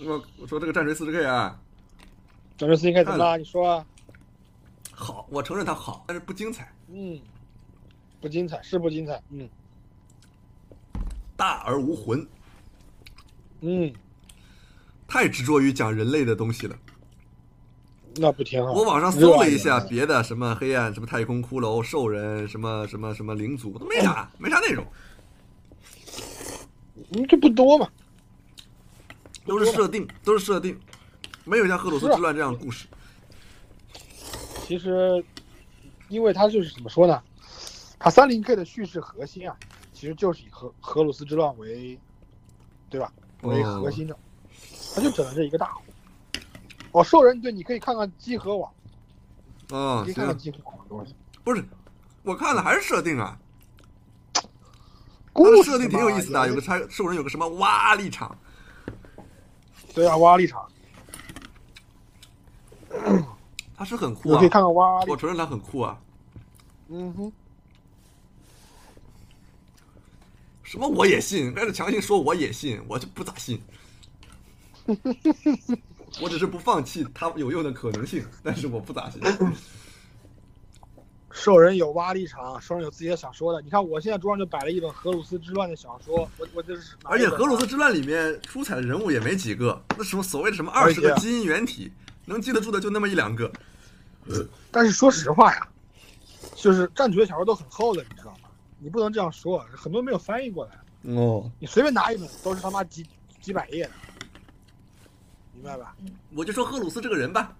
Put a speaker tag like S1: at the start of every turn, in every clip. S1: 我我说这个战锤 4K 啊，
S2: 战锤 4K 怎么了？你说啊，
S1: 好，我承认它好，但是不精彩，
S2: 嗯，不精彩是不精彩，嗯
S1: 大而无魂，
S2: 嗯，
S1: 太执着于讲人类的东西了。
S2: 那不挺好？
S1: 我网上搜了一
S2: 热爱
S1: 下
S2: 的，
S1: 别的什么黑暗、什么太空骷髅、兽人、什么什么什么领主，都没
S2: 哎
S1: 啥，没啥内容，
S2: 嗯，这不多嘛，
S1: 都是设定，都是设定，没有像《赫鲁斯之乱》这样的故事。
S2: 啊其实，因为它就是怎么说呢？它3 0 K 的叙事核心啊，其实就是以荷荷鲁斯之乱为，对吧？为
S1: 哦
S2: 核心的，它就整了这一个大火。哦，兽人对，你可以看看集合网，
S1: 啊、
S2: 你可以看看
S1: 行，
S2: 集合网的东西。
S1: 不是，我看了还是设定啊，它
S2: 故
S1: 的
S2: 事
S1: 设定挺有意思
S2: 嘛
S1: 的，有个差兽人有个什么哇立场，
S2: 对啊，挖立场，
S1: 它是很酷
S2: 你
S1: 啊
S2: 可以，看看挖立
S1: 我，承认它很酷啊。
S2: 嗯哼，
S1: 什么我也信，开始强行说我也信，我就不咋信。 我只是不放弃它有用的可能性，但是我不咋信。
S2: 兽人有挖立场，兽人有自己的想说的。你看我现在桌上就摆了一本荷鲁斯之乱的小说，我我这是拿
S1: 而且
S2: 一
S1: 《
S2: 本
S1: 荷鲁斯
S2: 啊
S1: 之乱》里面出彩的人物也没几个，那什么所谓的什么二十个
S2: 而且
S1: 基因原体，能记得住的就那么一两个。
S2: 但是说实话呀，就是战锤的小说都很厚的，你知道吗？你不能这样说，很多没有翻译过来，
S1: 哦，
S2: 你随便拿一本都是他妈几几百页的，明白吧？
S1: 我就说赫鲁斯这个人吧，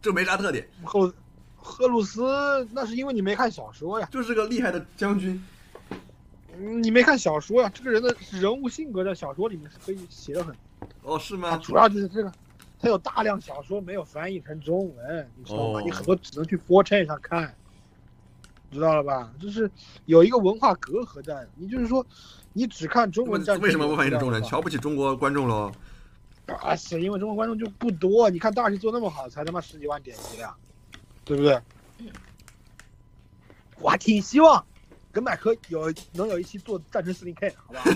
S1: 就没啥特点，
S2: 后荷鲁斯那是因为你没看小说呀，
S1: 就是个厉害的将军。
S2: 你没看小说呀，这个人的人物性格在小说里面是可以写的很
S1: 哦，是
S2: 它
S1: 吗？
S2: 啊主要就是这个，它有大量小说没有翻译成中文，你知道吗？
S1: 哦
S2: 你很多只能去 f o r c h a n 上看，知道了吧？就是有一个文化隔阂在，你就是说，你只看中文战
S1: 为什么不翻译成中文？
S2: 文？
S1: 瞧不起中国观众喽？
S2: 啊，是因为中国观众就不多，你看大戏做那么好，才他妈十几万点击量，对不对？
S1: 嗯
S2: 我还挺希望跟麦克有能有一期做战争四零 K 的， 好不好？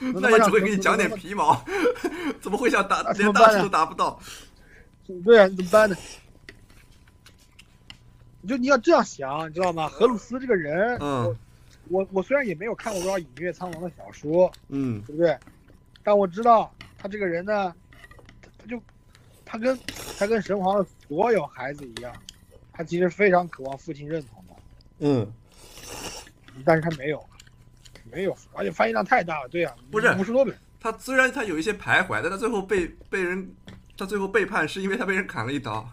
S2: 能
S1: 那
S2: 他妈
S1: 也只
S2: 让
S1: 会
S2: 中
S1: 给你
S2: 国
S1: 讲
S2: 观
S1: 点
S2: 众
S1: 皮毛， 怎么会像达
S2: 那怎
S1: 连
S2: 么
S1: 大
S2: 办
S1: 师
S2: 呀
S1: 都达不到？
S2: 对啊，你怎么办呢？你就你要这样想，你知道吗？荷鲁斯这个人，
S1: 嗯
S2: 我我虽然也没有看过多少《隐月苍狼》的小说，
S1: 嗯，
S2: 对不对？但我知道他这个人呢，他他就他跟他跟神皇的所有孩子一样，他其实非常渴望父亲认同的，
S1: 嗯，
S2: 但是他没有，没有，而且翻译量太大了。对呀、
S1: 不是
S2: 五十多本，
S1: 他虽然他有一些徘徊，但他最后被被人，他最后背叛是因为他被人砍了一刀，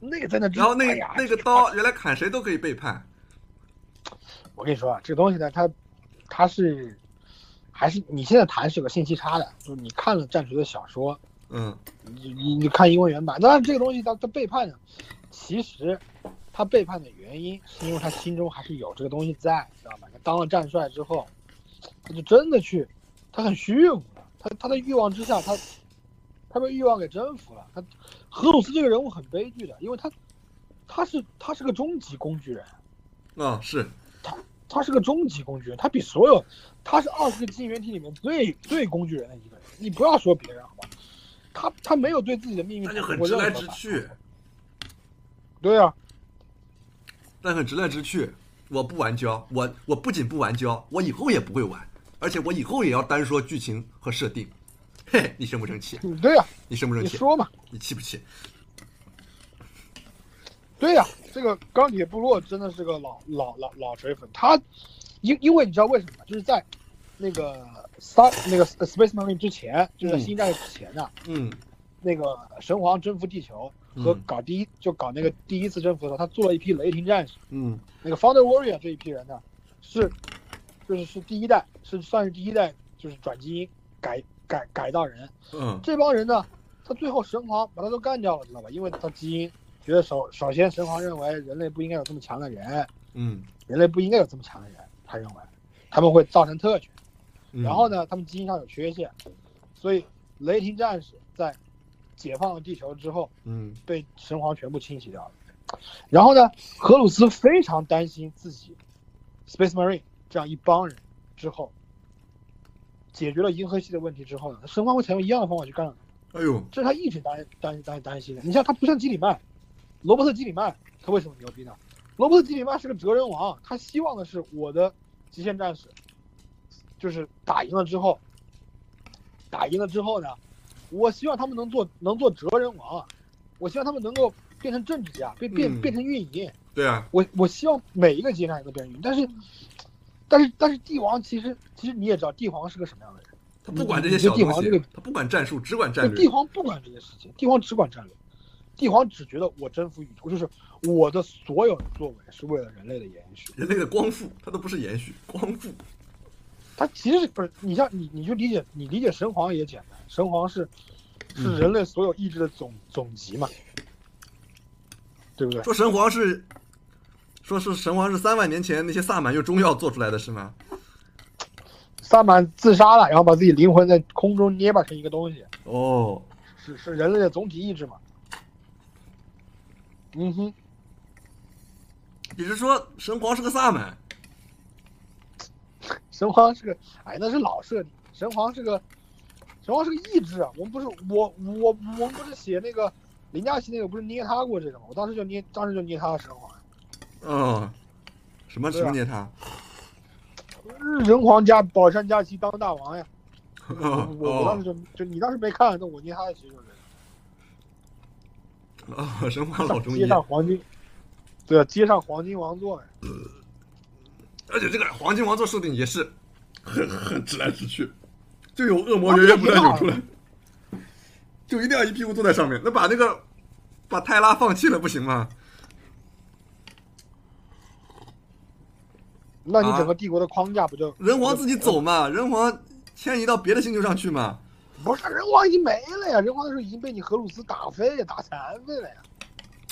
S2: 那个真的真
S1: 然后那
S2: 哎呀
S1: 那个刀原来砍谁都可以背叛。
S2: 我跟你说啊，这个东西呢，它它是还是你现在谈是有个信息差的，就是你看了战锤的小说，
S1: 嗯
S2: 你你你看英文原版，当然这个东西它它背叛呢，其实他背叛的原因是因为他心中还是有这个东西在，知道吧？他当了战帅之后，他就真的去，他很虚无了，他他的欲望之下，他他被欲望给征服了。他荷鲁斯这个人物很悲剧的，因为他他是他是个终极工具人。
S1: 啊、是，
S2: 嗯他是个终极工具人，他比所有，他是二十个金元体里面最最工具人的一个人。你不要说别人好吧，他他没有对自己的命运
S1: 他就很
S2: 过
S1: 直
S2: 任何
S1: 来
S2: 反
S1: 直去，
S2: 对啊，
S1: 但很直来直去。我不玩胶，我我不仅不玩胶，我以后也不会玩，而且我以后也要单说剧情和设定。嘿，你生不生气？
S2: 嗯对呀、
S1: 你生不生
S2: 你
S1: 气？
S2: 说嘛，
S1: 你气不气？
S2: 对呀、这个钢铁部落真的是个老老老老锤粉，他因因为你知道为什么吗？就是在那个三那个 Space Marine 之前，就是在
S1: 嗯
S2: 星战之前呢、
S1: 嗯
S2: 那个神皇征服地球和
S1: 嗯
S2: 搞第一就搞那个第一次征服的时候，他做了一批雷霆战士。
S1: 嗯
S2: 那个 Founder Warrior 这一批人呢，是就是是第一代，是算是第一代，就是转基因改改改造人。
S1: 嗯
S2: 这帮人呢，他最后神皇把他都干掉了，知道吧？因为他基因觉得首首先神皇认为人类不应该有这么强的人，
S1: 嗯。
S2: 人类不应该有这么强的人，他认为他们会造成特权。
S1: 嗯
S2: 然后？呢，他们基因上有缺陷，所以雷霆战士在解放了地球之后，
S1: 嗯
S2: 被神皇全部清洗掉了。然后呢，荷鲁斯非常担心自己 Space Marine 这样一帮人之后解决了银河系的问题之后呢，他神话会采用一样的方法去干，
S1: 哎呦，
S2: 这是他一直担担担担心的。你像他不像基里曼，罗伯特基里曼，他为什么牛逼呢？罗伯特基里曼是个哲人王，他希望的是我的极限战士，就是打赢了之后，打赢了之后呢，我希望他们能做能做哲人王，啊我希望他们能够变成政治家，变变
S1: 嗯
S2: 变成运营。
S1: 对啊，
S2: 我我希望每一个阶段都变成云，但是，但是但是帝王其实其实你也知道，帝皇是个什么样的人？
S1: 他不管这些小东
S2: 你这帝皇
S1: 西
S2: 这个，
S1: 他不管战术，只管
S2: 就
S1: 战
S2: 帝
S1: 略。
S2: 皇不管这些事情，帝皇只管战略，帝皇只觉得我征服宇宙，就是我的所有的作为是为了人类的延续。
S1: 人类的光复，它都不是延续，光复。
S2: 他其实是不是你像你你就理解你理解神皇也简单，神皇是是
S1: 嗯
S2: 人类所有意志的总总集嘛，对不对？
S1: 说神皇是，说是神皇是三万年前那些萨满用中药做出来的是吗？
S2: 萨满自杀了，然后把自己灵魂在空中捏巴成一个东西，
S1: 哦，
S2: 是是人类的总体意志嘛？嗯哼，
S1: 也是说神皇是个萨满，
S2: 神皇是个，哎，那是老设定，神皇是个，神皇是个意志啊。我们不是我我我们不是写那个林嘉琪那个不是捏他过这个吗？我当时就捏，当时就捏他的神皇，啊
S1: 哦，什么什么捏他？
S2: 人皇加宝山佳琪当大王呀。我
S1: 哦
S2: 我我当时
S1: 哦
S2: 就就你当时没看，那我捏他的其实就是
S1: 哦，神皇老中医
S2: 接，上黄金，对啊，接上黄金王座呀。
S1: 而且这个黄金王座设定也是很很直来直去，就有恶魔
S2: 啊
S1: 源源
S2: 这
S1: 不断
S2: 挺好
S1: 涌出来，就一定要一屁股坐在上面。那把那个把泰拉放弃了不行吗？
S2: 那你整个帝国的框架不就
S1: 啊人皇自己走嘛，人皇迁移到别的星球上去嘛。
S2: 不是人皇已经没了呀，人皇那时候已经被你荷鲁斯打飞、打残废了呀。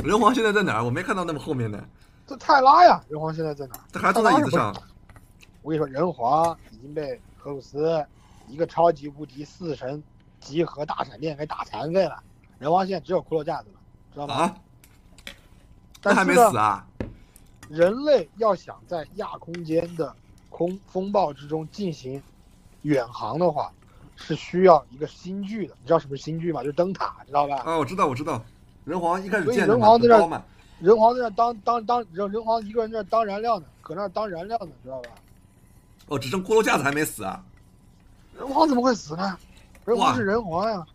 S1: 人皇现在在哪儿？我没看到那么后面的，
S2: 这泰拉呀，人皇现在在哪儿？
S1: 他还坐在椅子上。
S2: 我跟你说，人皇已经被荷鲁斯一个超级无敌四神集合大闪电给打残废了。人皇现在只有骷髅架子了，知道吧？
S1: 啊，那
S2: 但
S1: 还
S2: 是
S1: 没
S2: 呢，
S1: 死啊？
S2: 人类要想在亚空间的空风暴之中进行远航的话，是需要一个星距的。你知道什么是星距吗？就是灯塔，知道吧？
S1: 啊，我知道，我知道，人皇一开始
S2: 所以
S1: 建的
S2: 人
S1: 嘛，
S2: 皇
S1: 很
S2: 在这儿
S1: 高嘛，
S2: 人皇在那当当当人人皇一个人在那当燃料呢，搁那当燃料呢，知道吧？
S1: 哦，只剩骷髅架子还没死啊？
S2: 人皇怎么会死呢？人皇是人皇呀，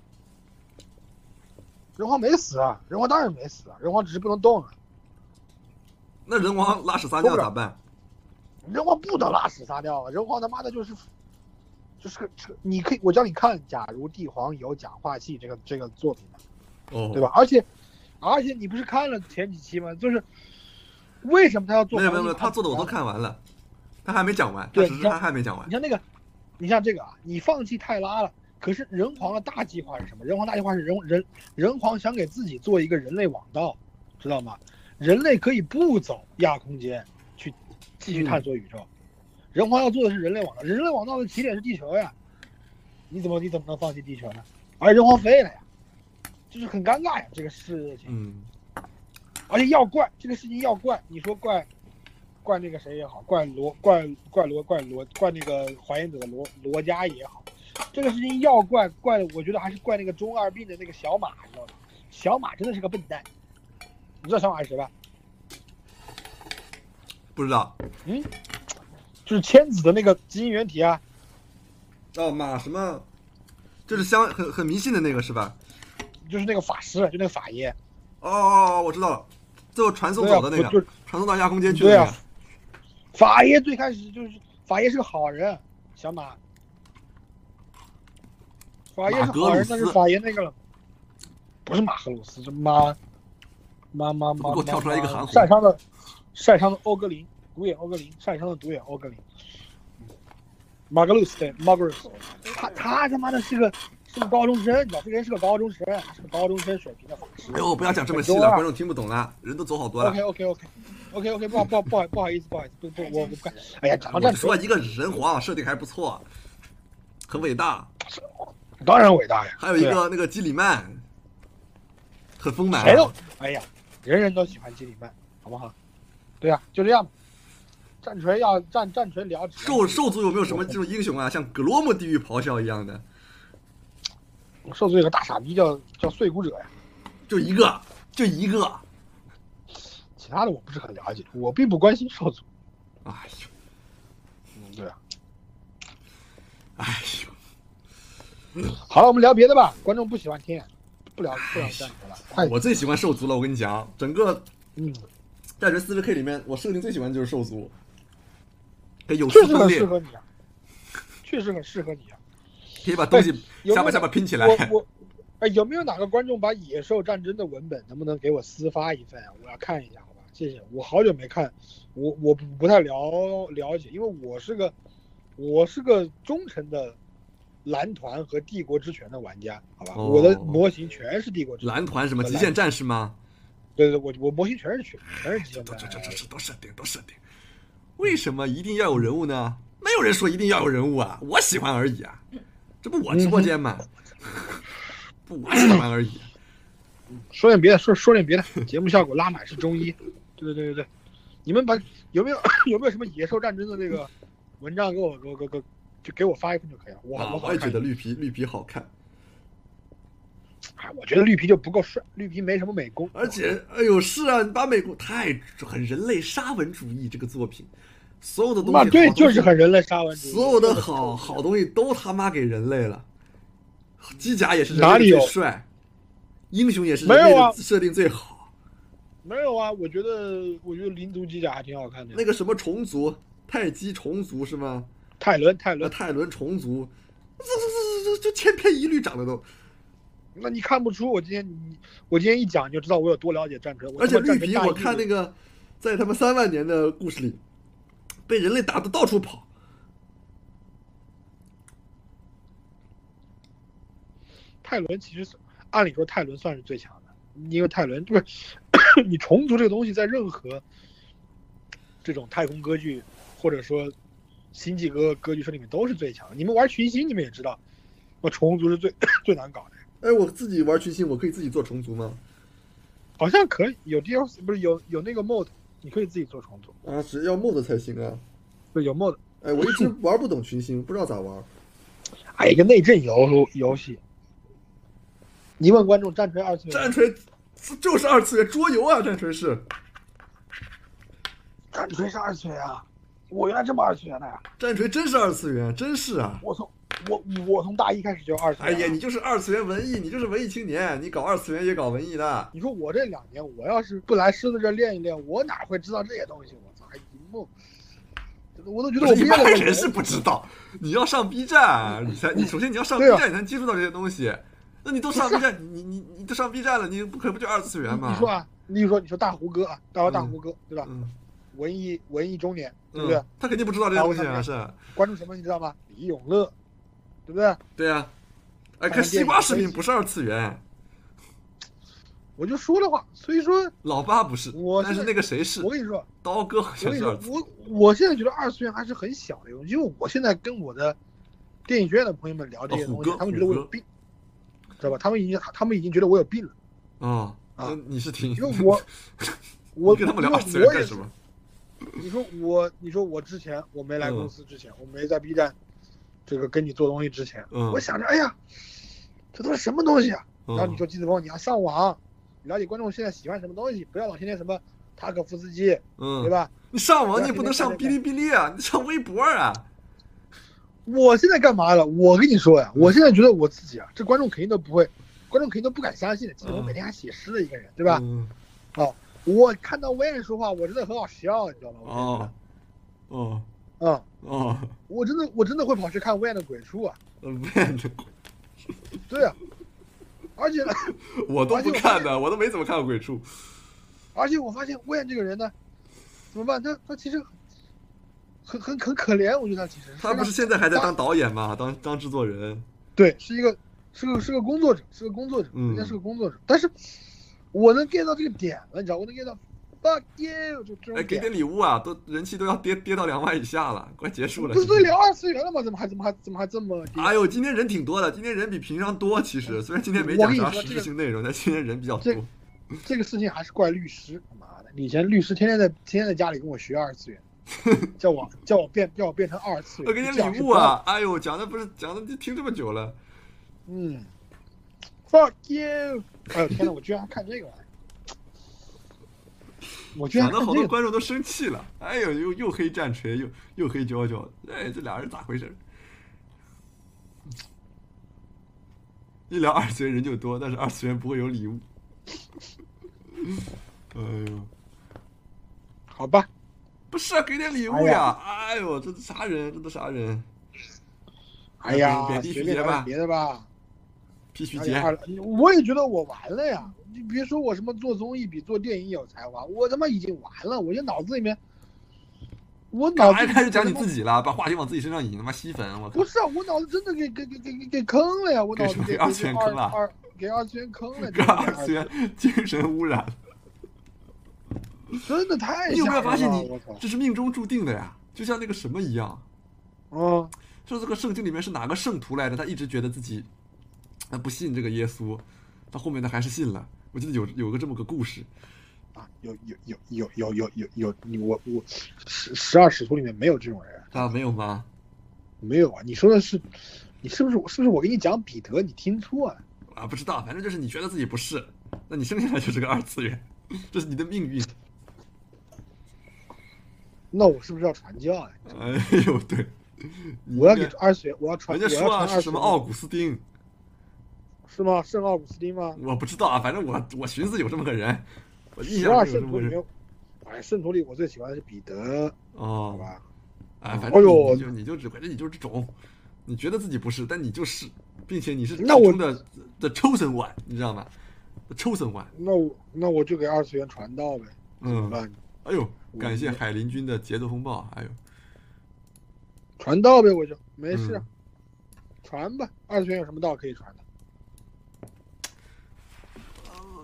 S2: 人皇没死啊，人皇当然没死啊，人皇只是不能动了。
S1: 那人皇拉屎撒尿咋办？
S2: 人皇不能拉屎撒尿啊，人皇他妈的就是，就是个这个，你可以我叫你看，假如帝皇有讲话器这个这个作品，
S1: 哦，
S2: 对吧？而且，而且你不是看了前几期吗？就是为什么他要做？
S1: 没有没有没有，他做的我都。看完了，他还没讲完，他
S2: 对
S1: 只是
S2: 你看
S1: 他还没讲完
S2: 你。像那个，你像这个啊，你放弃泰拉了，可是人皇的大计划是什么？人皇大计划是人人人皇想给自己做一个人类网道，知道吗？人类可以不走亚空间去继续探索宇宙，人皇要做的是人类网道，人类网道的起点是地球呀，你怎么你怎么能放弃地球呢？而人皇废了呀，就是很尴尬呀，这个事情。
S1: 嗯，
S2: 而且要怪这个事情要怪，你说怪，怪那个谁也好，怪罗怪怪罗怪罗怪那个怀疑者的罗罗家也好，这个事情要怪怪的，我觉得还是怪那个中二病的那个小马，你知道吗？小马真的是个笨蛋，你知道小马是谁吧？
S1: 不知道。
S2: 就是千子的那个基因原体啊，
S1: 哦，马什么？就是相很很迷信的那个是吧？
S2: 就是那个法师，就那个法医，
S1: 哦哦哦，我知道了，最后传送
S2: 对啊，
S1: 走的
S2: 不
S1: 那个，
S2: 就是
S1: 传送到亚空间去的
S2: 对
S1: 那
S2: 啊
S1: 个。，
S2: 法爷最开始就是法爷是个好人，小马，法爷是好人，但是法爷那个了，不是马赫鲁斯，是妈妈妈
S1: 怎么
S2: 妈
S1: 给我跳出来一个韩红
S2: 晒伤的晒伤的欧格林，独眼欧格林，晒伤的独眼欧格林，马格鲁斯对马格鲁斯，他他他妈的是个是个高中生，你知道这个人是个高中生，他是个高中生水平的法师
S1: 哎。呦，不要讲这么细
S2: 很多
S1: 了，
S2: 啊
S1: 观众听不懂了，人都走好多了
S2: OK。OK OK OK OK，不好不好不好不好意思不好意思，不不我我不 干，哎呀，讲到
S1: 我
S2: 这
S1: 就
S2: 里
S1: 啊说一个人皇设定还不错，很伟大。
S2: 当然伟大呀，
S1: 还有一
S2: 对啊
S1: 个那个基里曼，很丰满啊
S2: 谁都，哎呀，人人都喜欢基里曼，好不好？对呀、就这样吧。战锤要战战锤聊职
S1: 兽兽族有没有什么这种英雄啊？像格罗姆地狱咆哮一样的，
S2: 兽族有个大傻逼叫叫碎骨者呀，
S1: 就一个，就一个。
S2: 其他的我不是很了解，我并不关心兽族。
S1: 哎呦，
S2: 嗯，对啊。
S1: 哎呦，
S2: 好了，我们聊别的吧，观众不喜欢听，不聊不聊战锤了，太
S1: 哎我最喜欢兽族了。我跟你讲，整个
S2: 嗯，
S1: 战锤四十 K 里面，我设定最喜欢的就是兽族，可以有
S2: 确
S1: 丝
S2: 实
S1: 分
S2: 很适
S1: 裂，
S2: 合你啊，确实很适合你啊。
S1: 可以把东西
S2: 有没有
S1: 下巴下巴拼起来。
S2: 我我，哎，有没有哪个观众把《野兽战争》的文本能不能给我私发一份啊？我要看一下，好吧？谢谢。我好久没看，我我不不太了了解，因为我是个我是个忠诚的蓝团和帝国之拳的玩家，好吧？
S1: 哦
S2: 我的模型全是帝国之 拳，
S1: 蓝团什么极限战士吗？
S2: 对对，我我模型全是全全是极限
S1: 这
S2: 战
S1: 这
S2: 士
S1: 这这这都设定都设定，为什么一定要有人物呢？没有人说一定要有人物啊，我喜欢而已啊，这不我直播间吗？不，我喜欢而已。啊
S2: 说点别的，说说 点别的，节目效果拉满是中医。对对对对对，你们把有没 有有没有什么野兽战争的这个文章给我给我给我给我就给我发一份就可以了。我
S1: 啊
S2: 我好
S1: 我也觉
S2: 看
S1: 得，绿皮绿皮好看，
S2: 哎，我觉得绿皮就不够帅，绿皮没什么美工，
S1: 而且哎呦是啊，你把美国太很人类沙文主义这个作品，所有的东西
S2: 那
S1: 好
S2: 啊对
S1: 东西
S2: 就是很人类沙文主义，
S1: 所有的好好东西都他妈给人类了，机甲也是人类
S2: 哪里有
S1: 最帅，英雄也是
S2: 没有
S1: 人类
S2: 啊
S1: 的设定最好。
S2: 没有啊？我觉得我觉得零族机甲还挺好看的，
S1: 那个什么虫族，泰姬虫族是吗？
S2: 泰伦泰
S1: 那
S2: 伦，
S1: 泰伦虫族，这这这这这千篇一律长得都，
S2: 那你看不出我今天你我今天一讲你就知道我有多了解战锤，我
S1: 而且
S2: 他妈
S1: 绿
S2: 战锤
S1: 皮
S2: 大
S1: 我
S2: 一
S1: 看那
S2: 个
S1: 个，在他们三万年的故事里，被人类打得到处跑，
S2: 泰伦其实是按理说泰伦算是最强的，因为泰伦不是 你虫族这个东西在任何这种太空歌剧或者说星际歌歌剧社里面都是最强的。你们玩群星你们也知道，那虫族是最 最难搞的，
S1: 哎，我自己玩群星，我可以自己做虫族吗？
S2: 好像可以有 DLC 不是有有那个 mod，你可以自己做虫族，
S1: 啊，只要 mod 才行啊！
S2: 对有 mod，
S1: 哎，我一 直玩不懂群星，不知道咋玩。
S2: 哎一个内政游游戏。你问观众战锤二次元
S1: 战锤就是二次元桌游啊，战锤是
S2: 战锤是二次元啊，我原来这么二次元的呀、
S1: 战锤，真是二次元，真是啊！
S2: 我从我我从大一开始就二次
S1: 哎
S2: 元啊。
S1: 呀，你就是二次元文艺，你就是文艺青年，你搞二次元也搞文艺的。
S2: 你说我这两年，我要是不来狮子这练一练，我哪会知道这些东西？我操，还一梦，我都觉得
S1: 不
S2: 我
S1: 是一
S2: 憋
S1: 般
S2: 了。
S1: 人是不知道，你要上 B 站，你才你首先你要上 B
S2: 对啊
S1: 站，你才能接触到这些东西。那你都上 B 站，你你你都上 B 站了，你不可不就二次元
S2: 你
S1: 吗？
S2: 你说啊，你说你说大胡歌啊，大大胡歌对吧？
S1: 嗯
S2: 文艺文艺中年对不对
S1: 嗯？，他肯定不知道这些东西啊，
S2: 然后
S1: 是，
S2: 关注什么你知道吗？李永乐，对不对？
S1: 对呀。哎，
S2: 看
S1: 看
S2: 看
S1: 西瓜
S2: 电影
S1: 视频
S2: 分析
S1: 不是二次元，
S2: 我就说了话，所以说
S1: 老八不是
S2: 我，
S1: 但是
S2: 现在
S1: 那个谁是
S2: 我，跟你说，
S1: 刀哥好
S2: 我
S1: 像
S2: 跟你
S1: 是
S2: 说
S1: 二，次。
S2: 我我现在觉得二次元还是很小的一个东西，因为我现在跟我的电影学院的朋友们聊这些
S1: 哦虎
S2: 东西，
S1: 哥
S2: 他们觉得我有
S1: 虎哥
S2: 病，知道吧？他们已经他们已经觉得我有病了。
S1: 哦，
S2: 啊
S1: 那你是挺，
S2: 因为 我我
S1: 你跟他们
S2: 因
S1: 聊
S2: 为
S1: 二次元
S2: 我也
S1: 干
S2: 是
S1: 什么？
S2: 你说我，你说我之前我没来
S1: 嗯
S2: 公司之前，我没在 B 站这个跟你做东西之前，
S1: 嗯
S2: 我想着，哎呀，这都是什么东西啊？然后
S1: 嗯
S2: 你说金子峰，你要上网，了解观众现在喜欢什么东西，不要老天天什么塔可夫斯基，对
S1: 嗯，
S2: 吧？
S1: 你上网你也不能
S2: 我要
S1: 上
S2: 天
S1: 哔
S2: 天
S1: 哩哔哩啊，你上微博啊。
S2: 我现在干嘛了？我跟你
S1: 嗯
S2: 说呀，我现在觉得我自己啊，这观众肯定都不会，观众肯定都不敢相信的。金子峰
S1: 嗯
S2: 每天还写诗的一个人，对吧？
S1: 嗯
S2: 我看到威恩说话，我真的很好笑，你知道吗？
S1: 哦，哦，
S2: 嗯，
S1: 哦，
S2: 我真的我真的会跑去看威恩的鬼畜啊，
S1: 嗯不然这
S2: 对啊，而且呢。
S1: 我都不看的，我都没怎么看过鬼畜。
S2: 而且我发现魏燕这个人呢，怎么办？他他其实很很很可怜，我觉得他其实
S1: 他不是现在还在当导演吗？当当制作人，
S2: 对，是一个是个是个工作者，是个工作者，
S1: 嗯
S2: 人家是个工作者。但是我能 get 到这个点了，你知道，我能 get 到 fuck you 就这
S1: 哎，
S2: 种
S1: 给
S2: 点。
S1: 点礼物啊！都人气都要跌跌到两万以下了，快结束了。
S2: 不是都聊二次元了吗？怎么还怎么还怎么还这么低？
S1: 哎呦，今天人挺多的，今天人比平常多。其实虽然今天没
S2: 哎我
S1: 讲
S2: 跟你
S1: 啥
S2: 说
S1: 实
S2: 这
S1: 质
S2: 个
S1: 性内容，但今天人比较
S2: 这
S1: 多。
S2: 这个事情还是怪律师，他妈的！以前律师天天在天天在家里跟我学二次元，叫我叫我变叫我变成二次元，
S1: 我给你
S2: 这样
S1: 礼
S2: 是
S1: 物
S2: 不好的！
S1: 啊！哎呦，讲的不是讲的，你听这么久了，
S2: 嗯，fuck you！哎呦天哪，我居然还看这 个玩意儿，我居然
S1: 讲
S2: 还
S1: 的
S2: 看
S1: 好
S2: 啊这
S1: 多
S2: 个，
S1: 观众都生气了。哎呦，又又黑战锤，又又黑娇娇，哎，这俩人咋回事？一聊二次元人就多，但是二次元不会有礼物。哎呦，
S2: 好吧，
S1: 不是、啊、给点礼物呀！哎呦，这都啥人？这都啥人？
S2: 哎呀，
S1: 贬低
S2: 随
S1: 徐
S2: 便
S1: 杰
S2: 聊点
S1: 吧，
S2: 别的吧。
S1: 批徐
S2: 而且
S1: 杰。哎
S2: 二，我也觉得我完了呀！你别说我什么做综艺比做电影有才华，我他妈已经完了，我这脑子里面，我脑
S1: 干嘛
S2: 子里
S1: 呀
S2: 面
S1: 开始讲你
S2: 他妈
S1: 自己了？把话题往自己身上引，他妈吸粉！我靠
S2: 不！是啊，我脑子真的给给给给给给坑了呀！我
S1: 给
S2: 脑
S1: 什
S2: 子
S1: 么
S2: 给
S1: 给二次元坑了
S2: 二二给二次元坑了，
S1: 哥，
S2: 真的哎
S1: 二次元精神污染。
S2: 真的太
S1: 你有没有
S2: 吓人
S1: 发现
S2: 了
S1: 你
S2: 我操，
S1: 这是命中注定的呀？就像那个什么一样，
S2: 嗯，
S1: 说这个圣经里面是哪个圣徒来着？他一直觉得自己他不信这个耶稣，到后面他还是信了。我记得有有个这么个故事，
S2: 啊，有有有有有有有有你我我十十二使徒里面没有这种人，
S1: 啊，没有吗？
S2: 没有啊！你说的是，你是不是我是不是我给你讲彼得，你听错了？
S1: 啊，不知道，反正就是你觉得自己不是，那你生下来就是个二次元，这是你的命运。
S2: 那我是不是要传教啊呀、
S1: 哎呦，对，你
S2: 我要
S1: 应
S2: 给
S1: 该
S2: 二次元，我要传，
S1: 人家
S2: 我要
S1: 说啊
S2: 传
S1: 是
S2: 二
S1: 什
S2: 次
S1: 么
S2: 元
S1: 奥古斯丁，
S2: 是吗？圣奥古斯丁吗？
S1: 我不知道啊，反正我我寻思有这么个人，我印
S2: 十
S1: 象
S2: 二
S1: 中有这么
S2: 圣徒
S1: 个
S2: 里
S1: 人
S2: 面，哎，圣徒里我最喜欢的是彼得，好
S1: 哦。
S2: 吧？
S1: 哎，反
S2: 哎
S1: 正你
S2: 呦
S1: 你就你就只反正你就是这种，你觉得自己不是，但你就是，并且你是
S2: 那我
S1: 的的 chosen one，你知道吗？the chosen one，
S2: 那我那我就给二次元传道呗，怎么
S1: 嗯，
S2: 办？
S1: 哎呦，
S2: 我
S1: 感谢
S2: 我
S1: 海林君的节奏风暴，哎呦，
S2: 传道呗，我就没事，
S1: 嗯
S2: 传吧。二次元有什么道可以传的？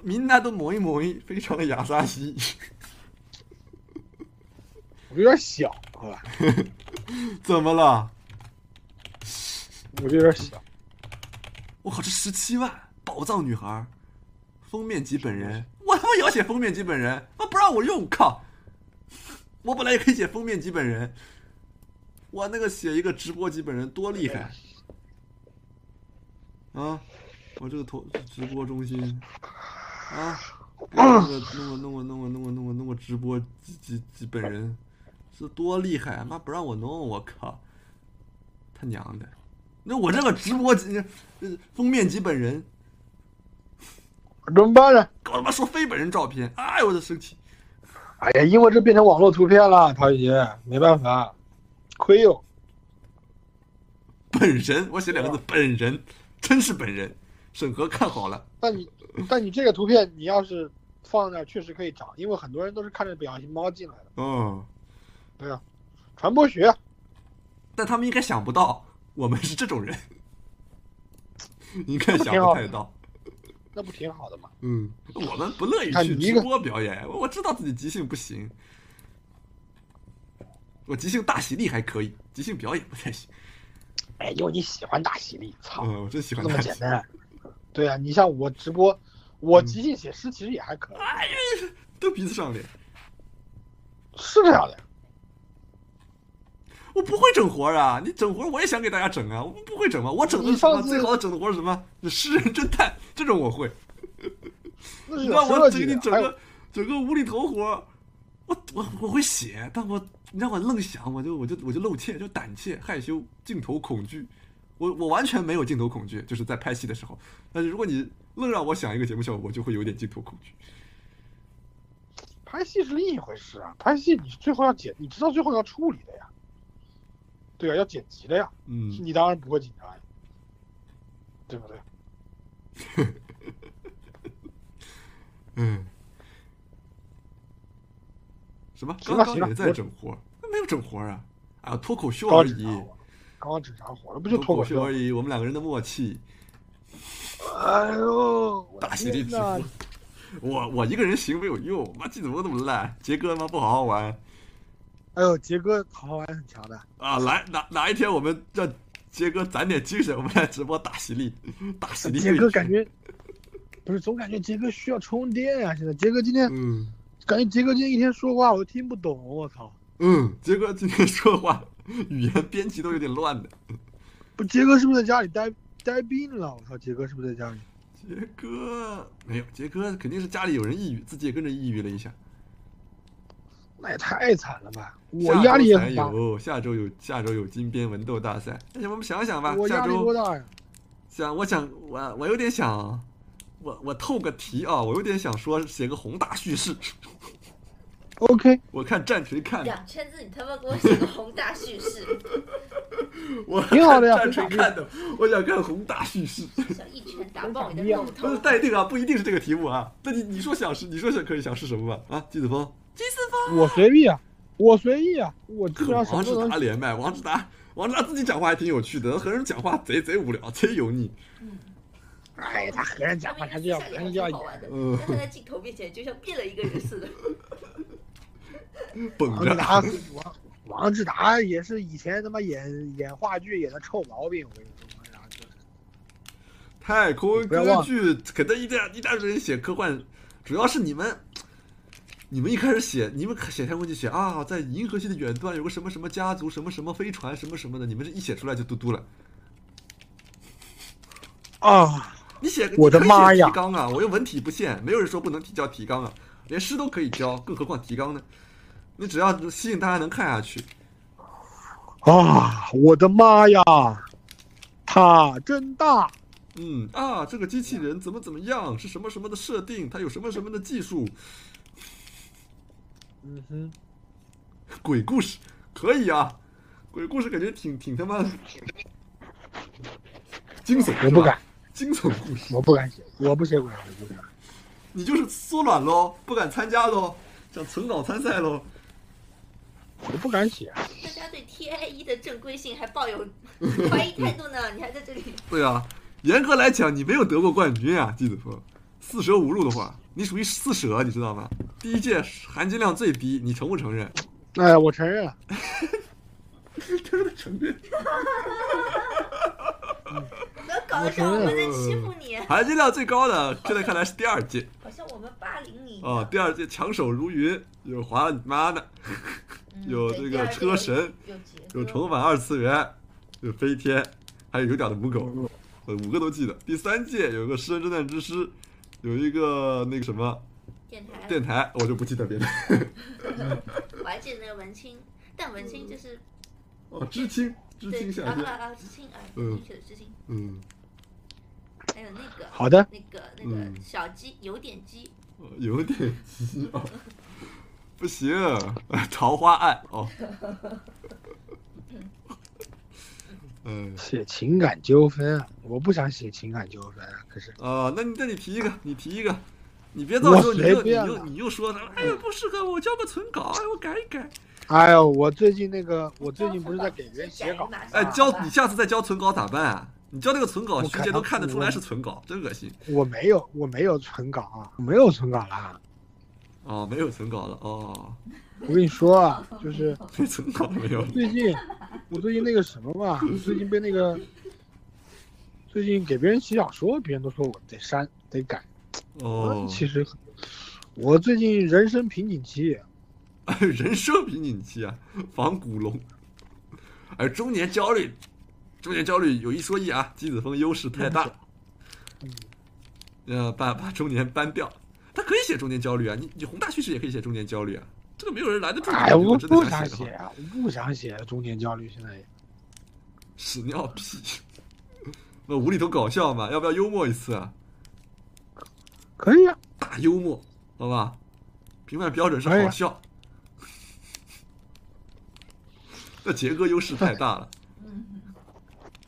S1: みんな都萌一萌一，非常的雅萨西，
S2: 我有点小，好吧？
S1: 怎么了？
S2: 我就有点小，
S1: 我靠，这十七万宝藏女孩，封面级本人，我他妈也要写封面级本人，妈不让我用，靠！我本来也可以写封面级本人，我那个写一个直播级本人多厉害啊！我这个投直播中心啊，给我弄个弄个弄个弄个弄个弄个弄个直播级级级本人，这多厉害！妈不让我弄，我靠！他娘的！那我这个直播级，呃封面级本人，
S2: 怎么办呢？
S1: 给我他妈说非本人照片，哎呦我的生气！
S2: 哎呀，因为这变成网络图片了，陶姐，没办法，亏哟。
S1: 本人，我写两个字，本人，真是本人。审核看好了，
S2: 但你但你这个图片，你要是放那儿，确实可以涨，因为很多人都是看着表情包进来的。
S1: 嗯，
S2: 对啊，传播学，
S1: 但他们应该想不到我们是这种人， 应该想不太到。
S2: 那不挺好的吗？
S1: 嗯，我们不乐意
S2: 看
S1: 去
S2: 你一
S1: 直
S2: 个
S1: 播表演，我我知道自己即兴不行，我即兴大喜力还可以，即兴表演不太行。
S2: 哎，因为你喜欢大喜力，操，
S1: 嗯，我真喜欢
S2: 哦那么
S1: 大
S2: 简
S1: 喜。嗯
S2: 单。对啊，你像我直播，我即兴写诗其实也还可以，
S1: 哎呀，都鼻子上脸，
S2: 是这样的。
S1: 我不会整活儿啊！你整活儿我也想给大家整啊，我不会整吗？我整的是
S2: 你
S1: 什么？
S2: 上次
S1: 最好的整的活儿是什么？诗人侦探这种我会。
S2: 那是
S1: 你
S2: 有
S1: 让我
S2: 设
S1: 整
S2: 计
S1: 你
S2: 的，
S1: 整
S2: 啊还有
S1: 个整个无厘头活儿，我我我会写，但我你让我愣想，我就我就我就露怯，就胆怯、害羞、镜头恐惧。我我完全没有镜头恐惧，就是在拍戏的时候。但是如果你愣让我想一个节目效果，我就会有点镜头恐惧。
S2: 拍戏是另一回事啊。拍戏你最后要剪，你知道最后要处理的呀。对啊，要剪辑的呀，
S1: 嗯，
S2: 你当然不会紧张呀，对不对？
S1: 嗯，什么？
S2: 行
S1: 刚
S2: 了
S1: 刚
S2: 行了
S1: 也在
S2: 我
S1: 整活儿，没有整活儿啊！啊，脱口秀
S2: 刚
S1: 而
S2: 整
S1: 已
S2: 啥，火？刚刚整啥火啊了？不就
S1: 脱
S2: 脱
S1: 口
S2: 口
S1: 秀
S2: 秀啊
S1: 而？已，我们两个人的默契，
S2: 哎呦，我的
S1: 大喜力
S2: 天
S1: 皮
S2: 呐
S1: 肤。我我一个人行没有用，妈记怎么那么烂？杰哥他妈不好好玩
S2: 哎呦，杰哥好好玩很强的，
S1: 啊！来哪哪一天我们让杰哥攒点精神，我们来直播打喜力，打喜力。
S2: 杰哥感觉不是，总感觉杰哥需要充电啊。现在杰哥今天
S1: 嗯，
S2: 感觉杰哥今天一天说话我都听不懂，我操！
S1: 嗯，杰哥今天说话语言编辑都有点乱的。
S2: 不，杰哥是不是在家里待待病了？我操，杰哥是不是在家里？
S1: 杰哥没有，杰哥肯定是家里有人抑郁，自己也跟着抑郁了一下。
S2: 那也太惨了吧！我
S1: 下周
S2: 压力也
S1: 才
S2: 很大，
S1: 有，下周有下周有金边文斗大赛。那我们想想吧，
S2: 我
S1: 下
S2: 压力多
S1: 周
S2: 大呀？
S1: 想我想我我有点想，我我透个题啊，我有点想说写个宏大叙事。
S2: OK，
S1: 我看战锤看的，
S3: 两千字，你他妈给我写个宏大 叙事，
S1: 我
S2: 挺好的呀
S1: 看战锤看的，我想看宏大叙事。
S3: 想一拳打爆你的肉
S1: 不
S3: 头
S1: 是。待定啊，不一定是这个题目啊。那你你说想是，你说想可以想是什么吧？啊，季子峰，
S2: 我随意啊，我随意啊，我基本上什
S1: 王
S2: 么
S1: 志
S2: 都能
S1: 达连麦，王志达，王志达自己讲话还挺有趣的，和人讲话贼贼无聊，贼油腻。
S2: 哎呀，他和人讲话，他就要他就要
S3: 好玩的，
S1: 嗯
S3: 但他在镜头面前就像变了一个人似的。
S1: 绷
S2: 王志
S1: 着，
S2: 达，王王志达也是以前他妈演演话剧演的臭毛病，我跟你说，王志达就是
S1: 太空
S2: 不要忘
S1: 歌剧，给他一大一大堆人写科幻，主要是你们，你们一开始写，你们写太空就写啊，在银河系的远端有个什么什么家族，什么什么飞船，什么什么的，你们这一写出来就嘟嘟了。
S2: 啊，
S1: 你写个，
S2: 我的
S1: 你可以
S2: 妈
S1: 写
S2: 呀
S1: 提纲啊，我又文体不限，没有人说不能提交提纲啊，连诗都可以交，更何况提纲呢？你只要吸引大家能看下去，
S2: 啊，我的妈呀，塔真大，
S1: 嗯啊，这个机器人怎么怎么样，是什么什么的设定，它有什么什么的技术，
S2: 嗯哼，
S1: 鬼故事可以啊，鬼故事感觉挺挺他妈 惊悚，
S2: 我
S1: 是
S2: 不
S1: 吧
S2: 敢，
S1: 惊悚故事，
S2: 我不敢写，我不写鬼故事，
S1: 你就是缩卵喽，不敢参加喽，想存稿参赛喽，
S2: 我不敢写，
S3: 大家对 TIE 的正规性还抱有 怀疑态度呢，你还在这里？
S1: 对啊，严格来讲，你没有得过冠军啊，季子峰。四舍五入的话，你属于四舍，你知道吗？第一届含金量最低，你承不承 认？
S2: 哎，我承认了，
S1: 真的承认。
S3: 不要搞得像我们在欺负你，
S2: 嗯
S1: 含金量最高的，现在看来是第二届
S3: 好像我们霸凌你一
S1: 啊、
S3: 样。
S1: 第二届强手如云，有华了你妈的，
S3: 嗯
S1: 有这个车神，
S3: 对第
S1: 有
S3: 二个有杰哥
S1: 重返二次元，有飞天，还有有屌的母狗，呃，五个都记得。第三届有个诗人侦探之师，有一个那个什么
S3: 电台，
S1: 电台，我就不记得别的。
S3: 我还记得那个文青，但文青就是
S1: 哦，知青，嗯知青
S3: 对
S1: 下
S3: 啊
S1: 线
S3: 啊。啊知青啊，
S1: 嗯
S3: 青的知青，
S1: 嗯，
S3: 还有那个
S2: 好的，
S3: 那个那个
S1: 嗯
S3: 小鸡有点鸡，
S1: 呃有点急啊， 不行，哎桃花暗哦。嗯
S2: 写情感纠纷啊，我不想写情感纠纷啊，可是
S1: 啊，那你那你提一个，你提一个，你别到时候
S2: 我
S1: 你
S2: 随
S1: 又你
S2: 便
S1: 又
S2: 了
S1: 你又说他，哎呀不适合我，交个存稿，哎我改一改。
S2: 哎呦，我最近那个，我最近不是在给人写稿吗，
S1: 哎，交你下次再交存稿咋办啊？你交那个存稿，
S2: 我
S1: 学
S2: 看
S1: 姐
S2: 到
S1: 都看得
S2: 我
S1: 出来是存稿，真恶心。
S2: 我没有，我没有存稿啊，我没有存稿啦。
S1: 哦，没有存稿了，哦，
S2: 我跟你说啊，就是
S1: 没存稿没有了。
S2: 最近，我最近那个什么嘛，最近被那个，最近给别人写小说，别人都说我得删得改。
S1: 哦，
S2: 啊其实我最近人生瓶颈期，
S1: 哎，人生瓶颈期啊，仿古龙。哎，中年焦虑，中年焦虑有一说一啊，季子峰优势太大，
S2: 嗯
S1: 呃，把把中年搬掉，他可以写中年焦虑啊，你你宏大叙事也可以写中年焦虑啊，这个没有人拦得住你。
S2: 哎，
S1: 如果
S2: 我
S1: 真的
S2: 不
S1: 想
S2: 想
S1: 写
S2: 写
S1: 的话，
S2: 啊，我不想写中年焦虑，现在也
S1: 屎尿屁， 那无厘头搞笑嘛，要不要幽默一次啊？
S2: 可以啊，
S1: 大幽默，好吧？评判标准是
S2: 可以
S1: 好
S2: 啊
S1: 笑。那杰哥优势太大了，
S3: 嗯，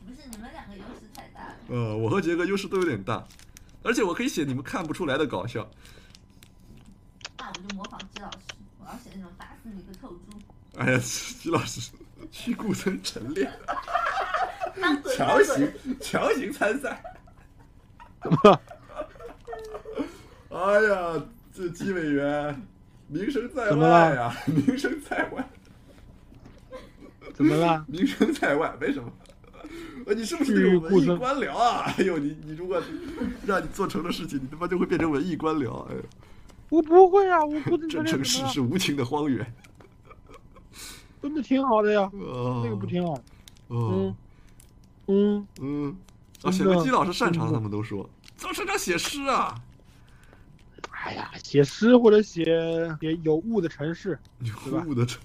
S3: 不是你们两个优势太大了。
S1: 呃，我和杰哥优势都有点大，而且我可以写你们看不出来的搞笑。
S3: 那我就模仿季老师，我要写那种打死你个臭猪，
S1: 哎呀，徐老师，去故村晨练，
S3: 翻滚翻
S1: 强
S3: 滚
S1: 行强行参赛。哎呀，这纪委员名声在
S2: 怎么
S1: 外
S2: 了
S1: 呀，名声在外，
S2: 怎 么了？
S1: 名声在外，没什么。呃，你是不是
S2: 去
S1: 那种
S2: 顾
S1: 文艺
S2: 村
S1: 官僚啊？ 哎呦，你你如果让你做成的事情，你他妈就会变成文艺官僚。哎呦，
S2: 我不会啊，我不能
S1: 这
S2: 教练
S1: 城
S2: 怎
S1: 市
S2: 么了？
S1: 是无情的荒原。
S2: 真的挺好的呀，
S1: 哦
S2: 那个不挺好？
S1: 哦，
S2: 嗯，
S1: 嗯，啊，
S2: 真
S1: 写
S2: 的
S1: 个基老师擅长，
S2: 真的
S1: 他们都说，怎么擅长写诗啊？
S2: 哎呀，写诗或者写写有雾的城市，
S1: 有
S2: 吧
S1: 雾的城，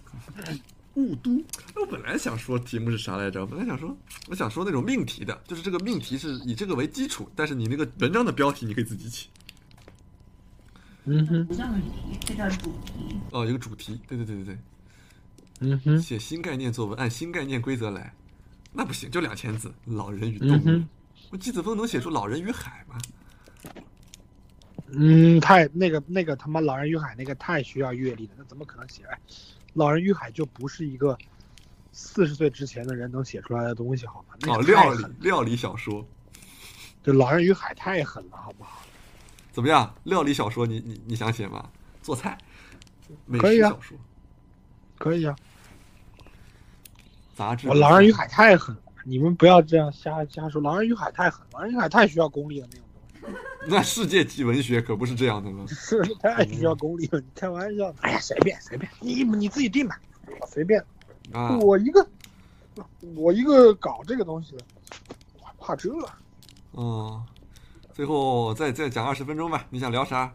S1: 雾都。那我本来想说题目是啥来着？我本来想说，我想说那种命题的，就是这个命题是以这个为基础，但是你那个文章的标题你可以自己起。
S2: 嗯
S3: 这
S2: 哼，
S3: 不叫命题，这叫主题。
S1: 哦，有个主题，对对对对
S2: 嗯
S1: 对，
S2: 哼，
S1: 写新概念作文，按新概念规则来，那不行，就两千字，《老人与动物
S2: 嗯》哼，
S1: 我季子峰能写出《老人与海》吗？
S2: 嗯，太那个那个他妈《老人与海》那个太需要阅历了，那怎么可能写？哎，《老人与海》就不是一个四十岁之前的人能写出来的东西，好吗？那
S1: 哦，
S2: 个
S1: 料
S2: 太
S1: 理
S2: 狠，
S1: 料理小说
S2: 这《老人与海》太狠了，好不好？
S1: 怎么样？料理小说你你你想写吗？做菜，美
S2: 可以
S1: 食
S2: 啊
S1: 小说，
S2: 可以啊，
S1: 杂志。
S2: 我《狼人与海》太狠了，你们不要这样瞎瞎说，《狼人与海》太狠，《狼人与海》太需要功力了那种东西，
S1: 那世界级文学可不是这样的吗？
S2: 是太需要功力了，你开玩笑呢？哎呀，随便随便，你你自己定吧，我随便，
S1: 啊，
S2: 我一个我一个搞这个东西的，我还怕这？
S1: 嗯，最后再再讲二十分钟吧。你想聊啥？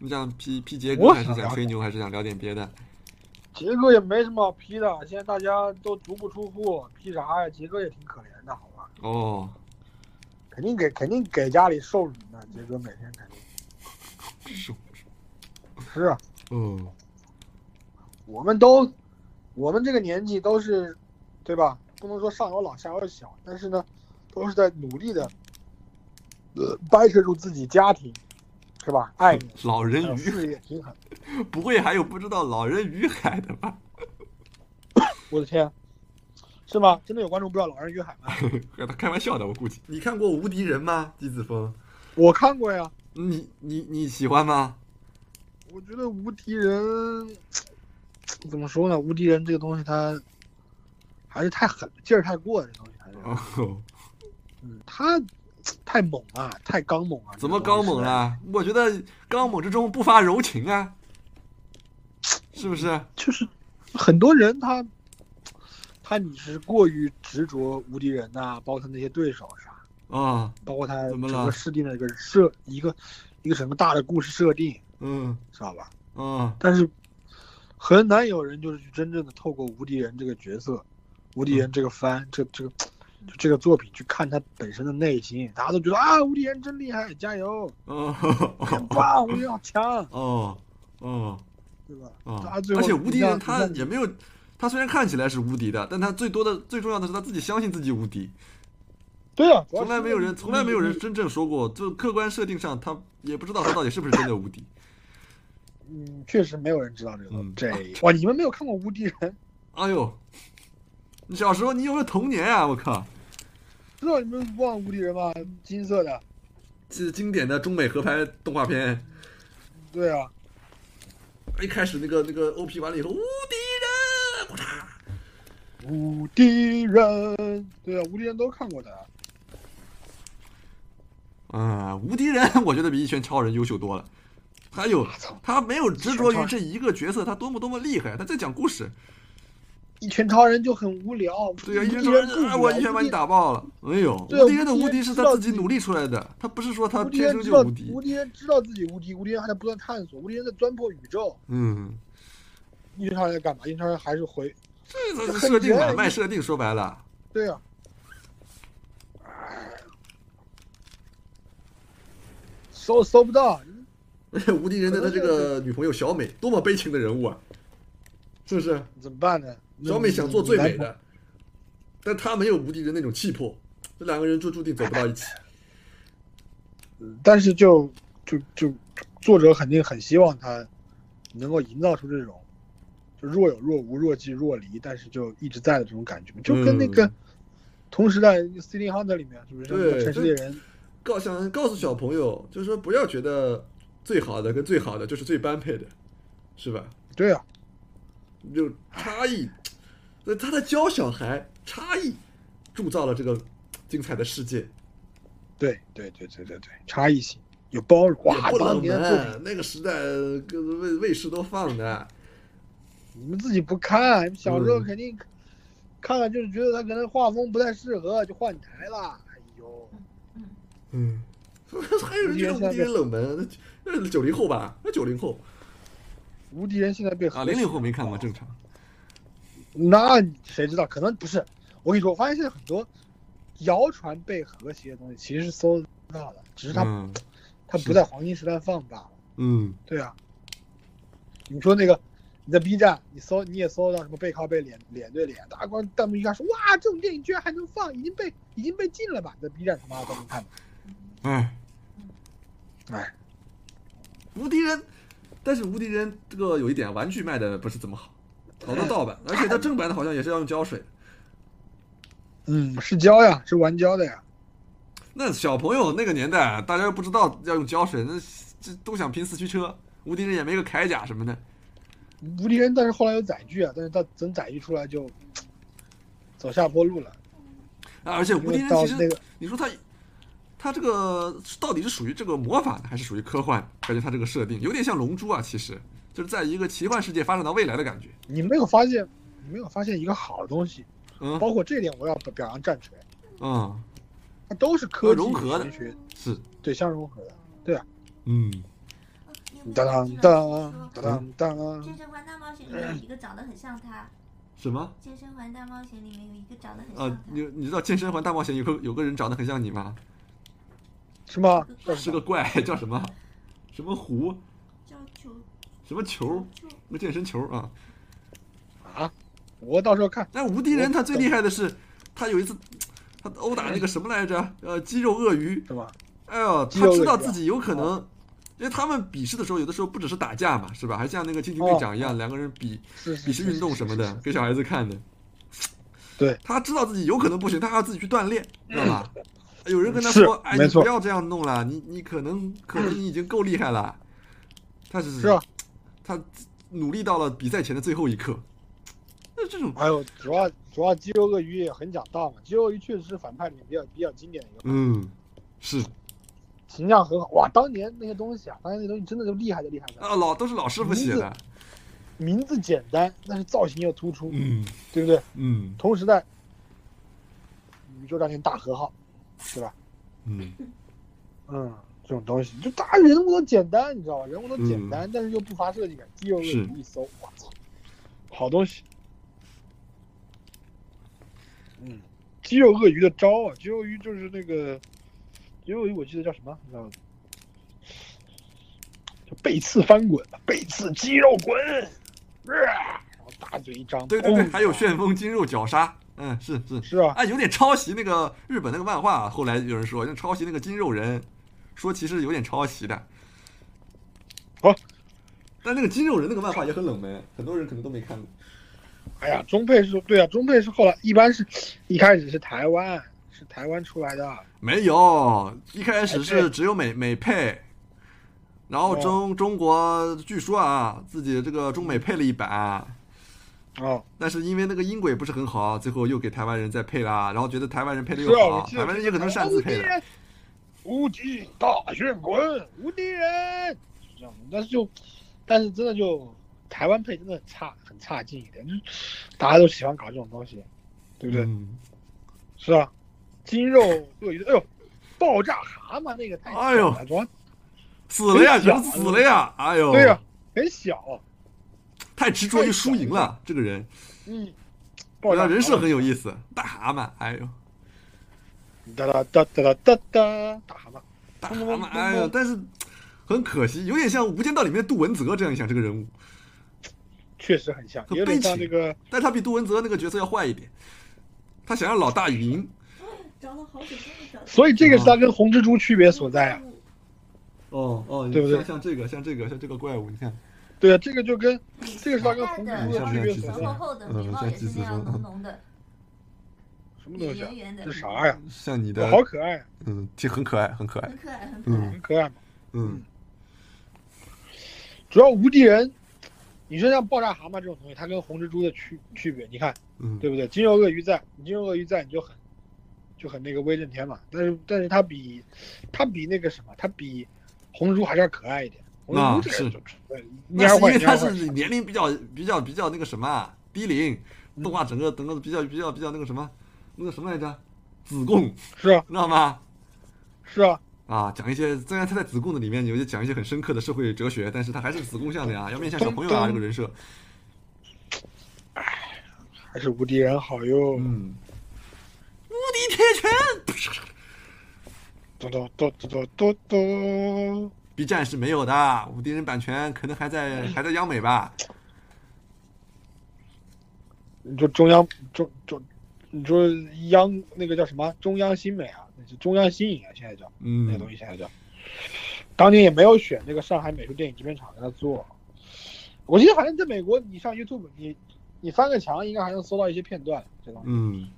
S1: 你想批批杰哥，
S2: 我
S1: 还是
S2: 想
S1: 想
S2: 聊
S1: 吹牛，还是想聊点别的？
S2: 杰哥也没什么好批的，现在大家都足不出户，批啥呀？杰哥也挺可怜的，好吧？
S1: 哦，
S2: 肯定给肯定给家里受辱呢，杰哥每天肯定
S1: 是，
S2: 是啊。
S1: 哦，
S2: 我们都，我们这个年纪都是，对吧？不能说上有老下有小，但是呢，都是在努力的，呃，掰扯住自己家庭，是吧？爱 人、
S1: 老
S2: 还有
S1: 人与
S2: 事业平衡。
S1: 不会还有不知道老人与海的吧？
S2: 我的天，是吗？真的有观众不知道《老人与海》吗？
S1: 和他开玩笑的，我估计。你看过《无敌人》吗？季子峰，
S2: 我看过呀，
S1: 你你你喜欢吗？
S2: 我觉得无敌人，怎么说呢？无敌人这个东西，它还是太狠了，劲儿太过了，这东西还是，
S1: 哦，
S2: 嗯，他太猛了，太刚猛了。
S1: 怎么
S2: 这个
S1: 刚
S2: 东西
S1: 猛啊了？我觉得刚猛之中不乏柔情啊，是不是？
S2: 就是很多人他他你是过于执着无敌人呐、包括他那些对手啥，
S1: 啊，
S2: 包括他
S1: 怎么
S2: 整
S1: 了
S2: 个设定的一个设一个一个整个大的故事设定，
S1: 嗯
S2: 知道吧？
S1: 嗯
S2: 但是很难有人就是去真正的透过无敌人这个角色，无敌
S1: 嗯
S2: 人这个番、这这个就这个作品去看他本身的内心，大家都觉得啊无敌人真厉害，加油，
S1: 哦
S2: 很棒，无敌人好强，
S1: 哦哦。
S2: 对吧？大
S1: 啊
S2: 家最，后
S1: 而且无敌
S2: 一下
S1: 人
S2: 一
S1: 他
S2: 下
S1: 也没有，他虽然看起来是无敌的，但他最多的、最重要的是他自己相信自己无敌。
S2: 对啊，主要
S1: 从来
S2: 是
S1: 没有人，
S2: 你
S1: 从来没有人真正说过，就客观设定上，他也不知道他到底是不是真的无敌。
S2: 嗯，确实没有人知道这个、
S1: 嗯
S2: 这哇！你们没有看过《无敌人》？
S1: 哎呦，你小时候你有没有童年啊？我靠，
S2: 知道你们忘了《无敌人》吗？金色的，
S1: 这是经典的中美合拍动画片，
S2: 对啊，
S1: 一开始那个那个 OP 完了以后，无敌人，我操！
S2: 《无敌人》对啊，《无敌人》都看过的。
S1: 啊，无敌人，我觉得比一拳超人优秀多了。还有，他没有执着于这一个角色，他多么多么厉害，他在讲故事。
S2: 一拳超人就很无聊，
S1: 对呀、
S2: 无
S1: 一
S2: 敌
S1: 拳
S2: 人啊
S1: 超
S2: 不无
S1: 人，
S2: 聊
S1: 哎，我一拳把你。打爆了。哎呦，
S2: 对
S1: 无敌人的
S2: 无敌
S1: 无
S2: 人
S1: 敌是
S2: 知
S1: 他
S2: 道
S1: 自己
S2: 自己
S1: 努力出来的，他不是说他
S2: 无敌
S1: 天
S2: 人
S1: 生
S2: 知
S1: 就
S2: 道
S1: 无敌
S2: 无。敌人知道自己无敌，无敌人还在不断探索，无敌人在钻破宇宙。
S1: 嗯，
S2: 一拳超人在干嘛？一拳超人还是回，
S1: 这
S2: 这
S1: 才是
S2: 很
S1: 设定嘛，
S2: 绝
S1: 卖设定，说白了。
S2: 对啊，搜搜不到，
S1: 而且 无敌人的他这个女朋友小美，多么悲情的人物啊，是不是？
S2: 怎么办呢？
S1: 小美想做最美
S2: 来吧，
S1: 的，但她没有无敌人那种气魄，这两个人就注定走不到一起。
S2: 但是就就就作者肯定很希望他能够营造出这种就若有若无、若即若离，但是就一直在的这种感觉，就跟那个
S1: 嗯
S2: 同时代《City Hunter》里面是不是
S1: 对
S2: 那个城市猎人？
S1: 告想告诉小朋友，就是说不要觉得最好的跟最好的就是最般配的，是吧？
S2: 对啊，
S1: 就差异，呃他在教小孩差异，铸造了这个精彩的世界，
S2: 对对对对对对，差异性有包容。哇
S1: 也，不
S2: 当
S1: 冷
S2: 年的作品，
S1: 门。那个时代，呃各卫卫视都放的，
S2: 你们自己不看，你们小时候
S1: 嗯
S2: 肯定看了就是觉得他可能画风不太适合，就换台了。哎呦，
S3: 嗯，
S1: 嗯， 还有人觉得我们这人冷门，啊那那九零后吧，那九零后
S2: 无敌人现在被
S1: 啊，
S2: 和
S1: 零零后没看过正常。
S2: 那谁知道？可能不是。我跟你说，我发现现在很多谣传被和谐的东西，其实是搜得到的，只是它、
S1: 嗯
S2: 它
S1: 是
S2: 不在黄金时段放罢了。
S1: 嗯，
S2: 对啊，你说那个你在 B 站，你搜你也搜到什么背靠背、脸脸对脸，大家光弹幕一看说哇，这种电影居然还能放，已经被已经被禁了吧？在 B 站他妈都能看的。
S1: 哎，
S2: 哎，
S1: 无敌人，但是无敌人这个有一点，玩具卖的不是怎么好，好多盗版，而且它正版的好像也是要用胶水。
S2: 嗯，是胶呀，是玩胶的呀。
S1: 那小朋友那个年代，啊大家又不知道要用胶水，那这都想拼四驱车，无敌人也没个铠甲什么的。
S2: 无敌人，但是后来有载具啊，但是到等载具出来就走下坡路了。
S1: 啊，而且无敌人
S2: 因为到
S1: 其实，
S2: 那个
S1: 你说他，他这个到底是属于这个魔法的，还是属于科幻？感觉他这个设定有点像《龙珠》啊，其实就是在一个奇幻世界发展到未来的感觉。
S2: 你没有发现，你没有发现一个好的东西，
S1: 嗯
S2: 包括这点我要表扬战锤，
S1: 嗯，
S2: 它都是科技
S1: 融合的
S2: 玄学，
S1: 是，
S2: 对，相融合的。
S1: 嗯
S3: 嗯
S2: 当当当当当
S3: 健身环大冒险里面有一个长得很像他，
S1: 什么？
S3: 健身环大冒险里面有一个长得很像
S1: 啊，
S3: 他，
S1: 你你知道《健身环大冒险》有个有个人长得很像你吗？
S2: 是吗？叫
S1: 嗯是
S2: 什
S1: 个
S2: 么？
S1: 怪，叫什么？什么狐？
S3: 叫球
S1: 什么球？
S3: 球，
S1: 那健身球啊！
S2: 啊？我到时候看。
S1: 但无敌人
S2: 我
S1: 他最厉害的是，他有一次他殴打那个什么来着？呃，肌肉鳄鱼。
S2: 是吧？
S1: 哎呦，
S2: 肌
S1: 他
S2: 肉
S1: 知
S2: 鳄
S1: 道
S2: 鱼
S1: 自
S2: 啊
S1: 己有可能，因为他们比试的时候，有的时候不只是打架嘛，是吧？还像那个竞技队
S2: 哦
S1: 长一样，两个人比
S2: 是是
S1: 比试运动什么的，给小孩子看的。
S2: 对，嗯
S1: 他知道自己有可能不行，他还要自己去锻炼，知道吧？有人跟他
S2: 是
S1: 说：“哎，
S2: 没
S1: 你
S2: 错
S1: 不要这样弄了，你你可能可能你已经够厉害了。”他只
S2: 是啊，
S1: 他努力到了比赛前的最后一刻。那这种，
S2: 还有主要主要肌肉鳄鱼也很讲道嘛，肌肉鳄鱼确实是反派里面比较比较经典的一个，
S1: 嗯，是
S2: 形象很好。哇，当年那些东西啊，当年那东西真的就厉害就厉害在，
S1: 啊，老都是老师傅写的，
S2: 名字简单，但是造型又突出，
S1: 嗯
S2: 对不对？
S1: 嗯
S2: 同时代，宇宙战舰大和号，对吧？
S1: 嗯
S2: 嗯，这种东西就大家人物都简单，你知道吧？人物都简
S1: 嗯
S2: 单，但是又不乏设计感。肌肉鳄
S1: 是
S2: 鱼一搜，我操，好东西。嗯，肌肉鳄鱼的招啊，肌肉鳄鱼就是那个，肌肉鳄鱼我记得叫什么？你知道吗？就背刺翻滚，背刺肌肉滚，啊然后大嘴一张，
S1: 对对对，
S2: 砰
S1: 还有旋风筋肉绞杀，嗯，是是，
S2: 是啊，
S1: 哎，有点抄袭那个日本那个漫画啊，后来有人说，像抄袭那个筋肉人，说其实有点抄袭的。
S2: 好，
S1: 但那个筋肉人那个漫画也很冷门，很多人可能都没看过。
S2: 哎呀，中配是对啊，中配是后来一般是，一开始是台湾，是台湾出来的，
S1: 没有，一开
S2: 哎
S1: 始
S2: 对
S1: 是只有美美配，然后
S2: 哦
S1: 中中国据说啊，自己这个中美配了一版，
S2: 哦，
S1: 但是因为那个音轨不是很好，最后又给台湾人再配啦，然后觉得台湾人配的
S2: 是
S1: 又
S2: 啊，
S1: 好，
S2: 我记
S1: 台
S2: 得
S1: 湾人也可能擅自配的。。
S2: 无敌大旋滚，无敌人，是这样的。但是就，但是真的就台湾配真的很差，很差劲一点，就是大家都喜欢搞这种东西，对不对？
S1: 嗯，
S2: 是啊，筋肉鳄鱼，哎呦，爆炸蛤蟆那个太
S1: 哎呦
S2: 小了主要
S1: 死了呀，
S2: 真
S1: 人
S2: 假
S1: 死了呀，哎呦，
S2: 对呀、啊很小，
S1: 太执着于输赢了，这个人，
S2: 嗯，爆
S1: 对吧？
S2: 炸蛤蟆
S1: 人设很有意思，大蛤蟆，哎呦，
S2: 哒哒哒哒哒哒哒，大蛤蟆。
S1: 大蛤蟆，哎呦，但是很可惜，有点像《无间道》里面的杜文泽这样一想这个人物，
S2: 确实很像，
S1: 很
S2: 有点像
S1: 悲
S2: 那
S1: 情
S2: 个
S1: 但他比杜文泽那个角色要坏一点，他想让老大赢。
S3: 找了好久终于找到。
S2: 所以这个是它
S1: 嗯
S2: 跟红蜘蛛区别所在啊。
S1: 哦哦，
S2: 对不对
S1: 像像这个，像这个，像这个怪物，你看，
S2: 对啊，这个就跟这个是它跟红
S3: 淡
S2: 蜘
S3: 淡
S2: 蛛
S3: 的，
S2: 的区别
S3: 然后也
S2: 所
S3: 是
S2: 在
S3: 厚。厚的，眉毛也是那样浓浓的，
S2: 什么东
S3: 也
S2: 西啊
S3: 圆？圆的，
S2: 这啥呀？
S1: 像你
S2: 我
S1: 的，
S2: 好可爱啊，
S1: 嗯，其实很可爱，很可爱
S3: 很，可爱，很可爱。
S2: 很可爱嘛。
S1: 嗯
S2: 主要无敌人，你说像爆炸蛤蟆这种东西，它跟红蜘蛛的区区别，你看
S1: 嗯，
S2: 对不对？金肉鳄鱼在，你金肉鳄鱼在，你就很就很那个威震天嘛。但是但是它比它比那个什么，它比红蜘蛛还是要可爱一点。我说
S1: 啊
S2: 你这个
S1: 是
S2: 就对
S1: 那
S2: 蔫
S1: 是
S2: 儿
S1: 因
S2: 坏
S1: 为
S2: 蔫
S1: 他
S2: 儿坏。
S1: 是年龄比较比较比较那个什么啊低龄，动画整个整个比较比较比较那个什么那个什么来着，子贡，
S2: 是啊
S1: 知道吗？
S2: 是啊，
S1: 啊，讲一些虽然他在子贡的里面有些讲一些很深刻的社会哲学，但是他还是子贡像的呀，要面向小朋友啊这个人设，
S2: 还是无敌人好哟。
S1: 嗯，无敌铁拳，
S2: 嘟嘟嘟嘟嘟嘟嘟。
S1: B 站是没有的，无敌人版权可能还在还在央美吧。
S2: 你说中央中中，你说央那个叫什么中央新美啊？那是中央新影啊，现在叫那个
S1: 嗯
S2: 东，西，现在叫。当年也没有选这个上海美术电影制片厂给他做。我记得好像在美国，你上 YouTube，你你翻个墙，应该还能搜到一些片段。这东西，
S1: 嗯，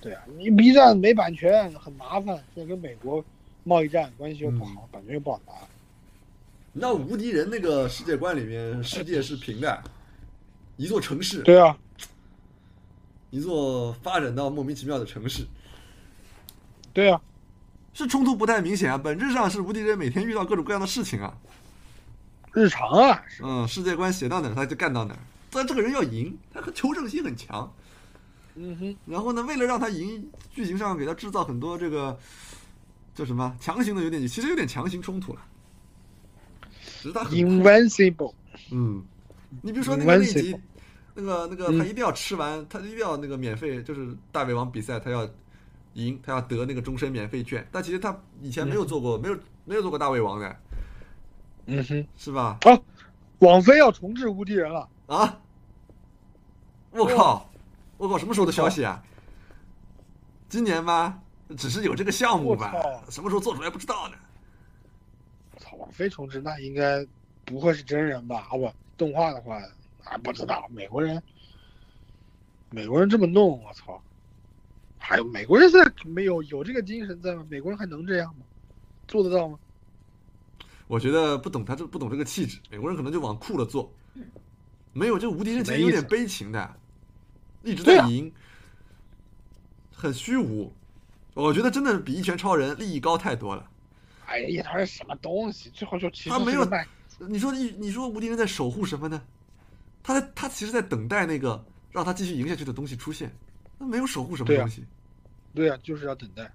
S2: 对啊，你 B 站没版权很麻烦，现在跟美国贸易战关系又不好，版权又不好拿。
S1: 那无敌人那个世界观里面，世界是平的，一座城市，
S2: 对啊，
S1: 一座发展到莫名其妙的城市，
S2: 对啊，
S1: 是冲突不太明显啊，本质上是无敌人每天遇到各种各样的事情啊。
S2: 日常啊，是
S1: 嗯，世界观写到哪儿他就干到哪儿，但这个人要赢，他求胜心很强。
S2: 嗯哼，
S1: 然后呢，为了让他赢，剧情上给他制造很多这个叫什么强行的，有点其实有点强行冲突了。只是他很
S2: invincible，
S1: 嗯，你比如说那个那一集
S2: Invincible，
S1: 那个那个
S2: 嗯
S1: 他一定要吃完，他一定要那个免费，就是大胃王比赛，他要赢，他要得那个终身免费券。但其实他以前没有做过，没有没有做过大胃王的，
S2: 嗯哼，
S1: 是吧？
S2: 网飞要重置无敌人了，
S1: 啊！我靠！我靠！什么时候的消息啊？今年吗？只是有这个项目吧
S2: 我操？
S1: 什么时候做出来不知道呢？
S2: 我操，网飞重置那应该不会是真人吧？哦不，动画的话啊不知道，美国人，美国人这么弄，我操，还有美国人现在没有有这个精神在吗？美国人还能这样吗？做得到吗？
S1: 我觉得不懂他这不懂这个气质，美国人可能就往酷了做。没有，这无敌人其
S2: 什么
S1: 实有
S2: 嗯意思
S1: 点悲情的，一直
S2: 对
S1: 在
S2: 啊
S1: 赢，很虚无。我觉得真的比一拳超人利益高太多了。
S2: 哎呀，他是什么东西？最后就其实
S1: 他没
S2: 是
S1: 有
S2: 个卖
S1: 你说你你说无敌人在守护什么呢？他在他其实在等待那个让他继续赢下去的东西出现，他没有守护什么
S2: 对啊
S1: 东西。
S2: 对啊，就是要等待。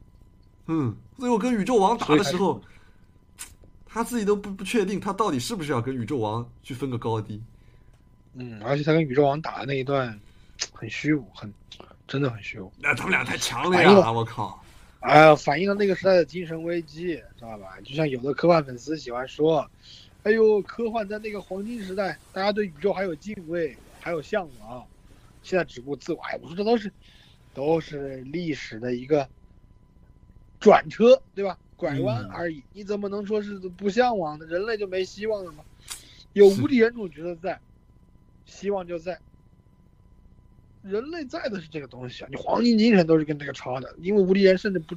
S1: 嗯，最后跟宇宙王打
S2: 所以
S1: 的
S2: 他
S1: 时候，他自己都不不确定他到底是不是要跟宇宙王去分个高低。
S2: 嗯，而且他跟宇宙王打的那一段很虚无，很真的很虚无。
S1: 那他们俩太强了
S2: 哎呀
S1: 呀！我靠，
S2: 哎呀，反映了那个时代的精神危机，知道吧？就像有的科幻粉丝喜欢说：“哎呦，科幻在那个黄金时代，大家对宇宙还有敬畏，还有向往，现在只顾自我。”哎，我说这都是都是历史的一个转车，对吧？拐弯
S1: 嗯
S2: 而已。你怎么能说是不向往呢？人类就没希望了吗？有
S1: 是
S2: 无敌人主角的在，希望就在。人类在的是这个东西啊，你黄金精神都是跟这个抄的，因为无敌人甚至不，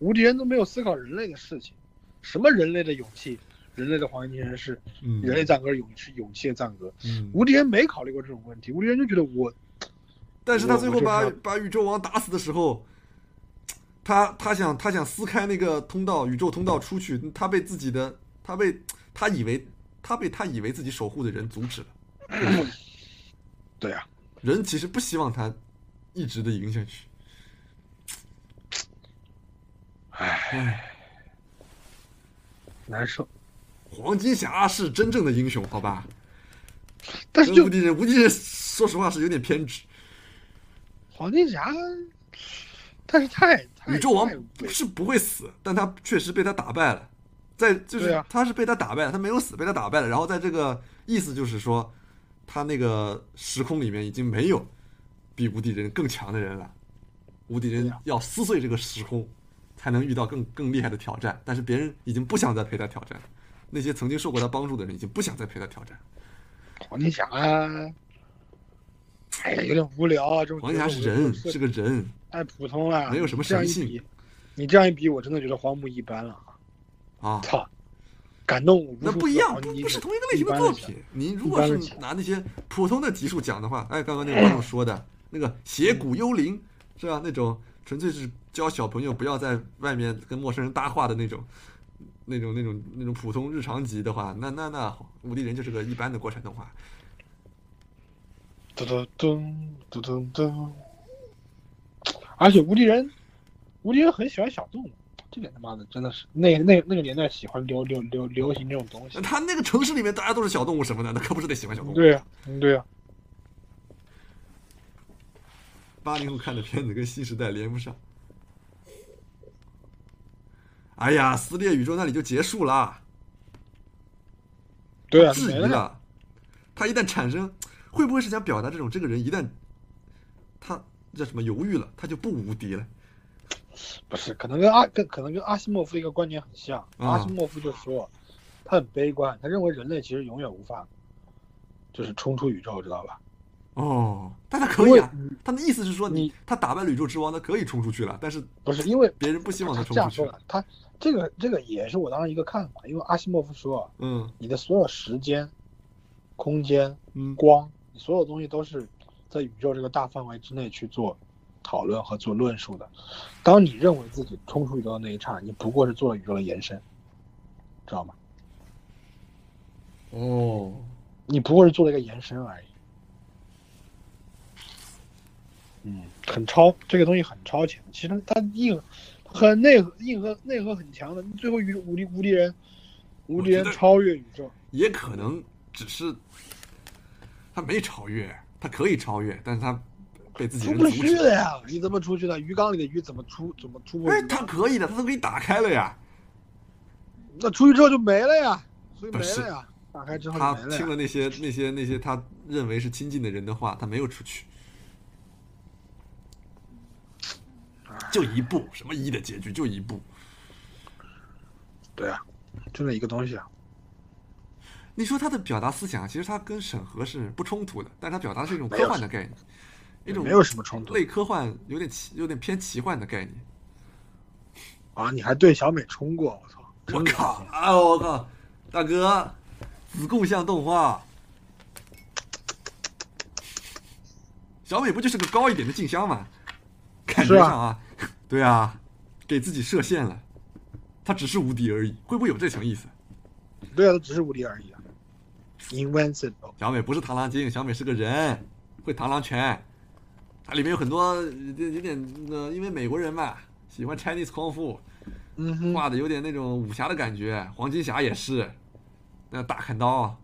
S2: 无敌人都没有思考人类的事情，什么人类的勇气，人类的黄金精神是
S1: 嗯，
S2: 人类赞歌，勇是勇气的赞歌，
S1: 嗯
S2: 无敌人没考虑过这种问题，无敌人就觉得我
S1: 但是他
S2: 我
S1: 最
S2: 我
S1: 后
S2: 就
S1: 把
S2: 是
S1: 把宇宙王打死的时候，他他想他想撕开那个通道，宇宙通道出去，他被自己的他被他以为他被他以为自己守护的人阻止了。
S2: 对啊，
S1: 人其实不希望他一直的赢下去。唉，
S2: 难受，
S1: 黄金侠是真正的英雄，好吧？
S2: 但是
S1: 跟
S2: 就
S1: 无敌人，无敌人说实话是有点偏执。
S2: 黄金侠，但是太太
S1: 宇宙王
S2: 太
S1: 不是不会死，但他确实被他打败了，在就是
S2: 对啊
S1: 他是被他打败了，他没有死，被他打败了。然后在这个意思就是说，他那个时空里面已经没有比无敌人更强的人了，无敌
S2: 对
S1: 人
S2: 啊
S1: 要撕碎这个时空，才能遇到更更厉害的挑战。但是别人已经不想再陪他挑战了，那些曾经受过他帮助的人已经不想再陪他挑战。
S2: 黄金侠，啊哎呀，有点无聊啊，这种
S1: 黄金侠是
S2: 角色我
S1: 人，
S2: 就是
S1: 个人，
S2: 太普通了，
S1: 没有什么
S2: 这样
S1: 神
S2: 一
S1: 性
S2: 比。你这样一比，我真的觉得荒木一般了。
S1: 啊，
S2: 操，感动我无
S1: 那
S2: 数
S1: 不一
S2: 次
S1: 样，
S2: 黄
S1: 不
S2: 金
S1: 不是
S2: 的
S1: 同一个类型的
S2: 一般
S1: 作
S2: 起
S1: 品。你如果
S2: 一
S1: 是
S2: 般的
S1: 拿那些普通的集数讲的话，哎，刚刚那个观众说的那个邪骨幽灵是吧？那种纯粹是教小朋友不要在外面跟陌生人搭话的那种，那种那种那种普通日常级的话，那那那无敌人就是个一般的国产动画。
S2: 噔噔噔噔噔噔。而且无敌人，无敌人很喜欢小动物，这点他妈的真的是那那那个年代喜欢流流流流行这种东西
S1: 那。他那个城市里面大家都是小动物什么的，那可不是得喜欢小动物。
S2: 对呀、嗯对呀、
S1: 八零后看的片子跟新时代连不上。哎呀，撕裂宇宙那里就结束了，
S2: 对呀、
S1: 质疑
S2: 没了呀。
S1: 了。他一旦产生，会不会是想表达这种这个人一旦他叫什么犹豫了，他就不无敌了？
S2: 不是，可能跟阿跟可能跟阿西莫夫的一个观点很像。
S1: 嗯
S2: 阿西莫夫就说，他很悲观，他认为人类其实永远无法，就是冲出宇宙，知道吧？
S1: 哦，但他
S2: 因
S1: 可以
S2: 为
S1: 啊。他的意思是说你，
S2: 你
S1: 他打败了宇宙之王，他可以冲出去了，但是
S2: 不是因为
S1: 别人不希望他
S2: 他
S1: 冲
S2: 这样
S1: 出去
S2: 说。的，他这个这个也是我当时一个看法，因为阿西莫夫说，
S1: 嗯
S2: 你的所有时间、空间、
S1: 嗯
S2: 光，你所有东西都是在宇宙这个大范围之内去做讨论和做论述的。当你认为自己冲出宇宙的那一刹，你不过是做了宇宙的延伸，知道吗？
S1: 哦，
S2: 你不过是做了一个延伸而已。嗯，很超，这个东西很超前。其实它硬，很内核，硬核内核很强的。最后与无敌无敌人，无敌人
S1: 我觉得
S2: 超越宇宙，
S1: 也可能只是他没超越，他可以超越，但是他被自己
S2: 出
S1: 人
S2: 不
S1: 阻
S2: 去
S1: 止。
S2: 的呀！你怎么出去的？鱼缸里的鱼怎么出？怎么出不
S1: 哎
S2: 去，？
S1: 他可以的，他都给你打开了呀。
S2: 那出去之后就没了呀，所以没
S1: 不是
S2: 了呀。打开之后
S1: 他
S2: 就没了
S1: 听
S2: 呀。
S1: 了那些那些那些他认为是亲近的人的话，他没有出去，就一步，什么一的结局就一步。
S2: 对啊，就那一个东西啊。
S1: 你说他的表达思想，其实他跟审核是不冲突的，但是他表达的是一种
S2: 没
S1: 科
S2: 有
S1: 幻的概念，一种
S2: 没有什么冲突
S1: 类科幻，有点奇，有点偏奇幻的概念。
S2: 啊！你还对小美冲过，我操！
S1: 我
S2: 真恶心
S1: 靠！哎呦我靠！大哥，子贡像动画，小美不就是个高一点的静香吗？感觉上啊，对啊，给自己设限了，他只是无敌而已，会不会有这层意思？
S2: 对啊，他只是无敌而 已啊。Invincible。
S1: 小美不是螳螂精，小美是个人，会螳螂拳，它里面有很多呃有点呃，因为美国人嘛，喜欢 Chinese 功夫，
S2: 嗯哼。
S1: 画的有点那种武侠的感觉，黄金侠也是，那大砍刀，啊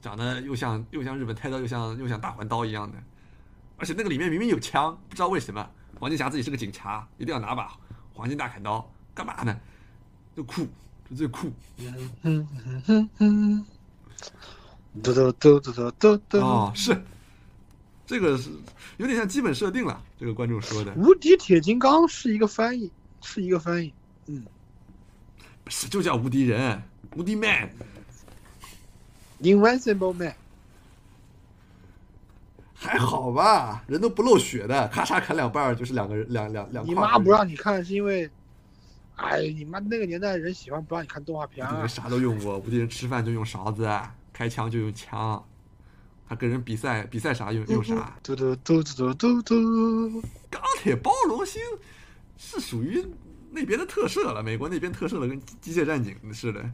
S1: 长得又像又像日本太刀，又像又像大环刀一样的，而且那个里面明明有枪，不知道为什么黄金侠自己是个警察，一定要拿把黄金大砍刀，干嘛呢？就酷，就最酷。
S2: 嗯嗯嗯嗯，嘟嘟嘟嘟嘟嘟嘟，
S1: 哦，是，这个是有点像基本设定了。这个观众说的
S2: 无敌铁金刚是一个翻译，是一个翻译。
S1: 不是就叫无敌人，无敌 man。
S2: Invincible Man，
S1: 还好吧，人都不漏血的，咔嚓砍两半儿就是两个人，两两两
S2: 你
S1: 块儿
S2: 妈不让你看是因为，哎，你妈那个年代人喜欢不让你看动画片
S1: 无敌
S2: 啊
S1: 人。啥都用过，无敌人吃饭就用勺子，啊开枪就用枪，他跟人比赛比赛啥用用啥。
S2: 嘟嘟嘟嘟嘟嘟嘟，
S1: 钢铁暴龙星是属于那边的特摄了，美国那边特摄了，跟机机械战警似的。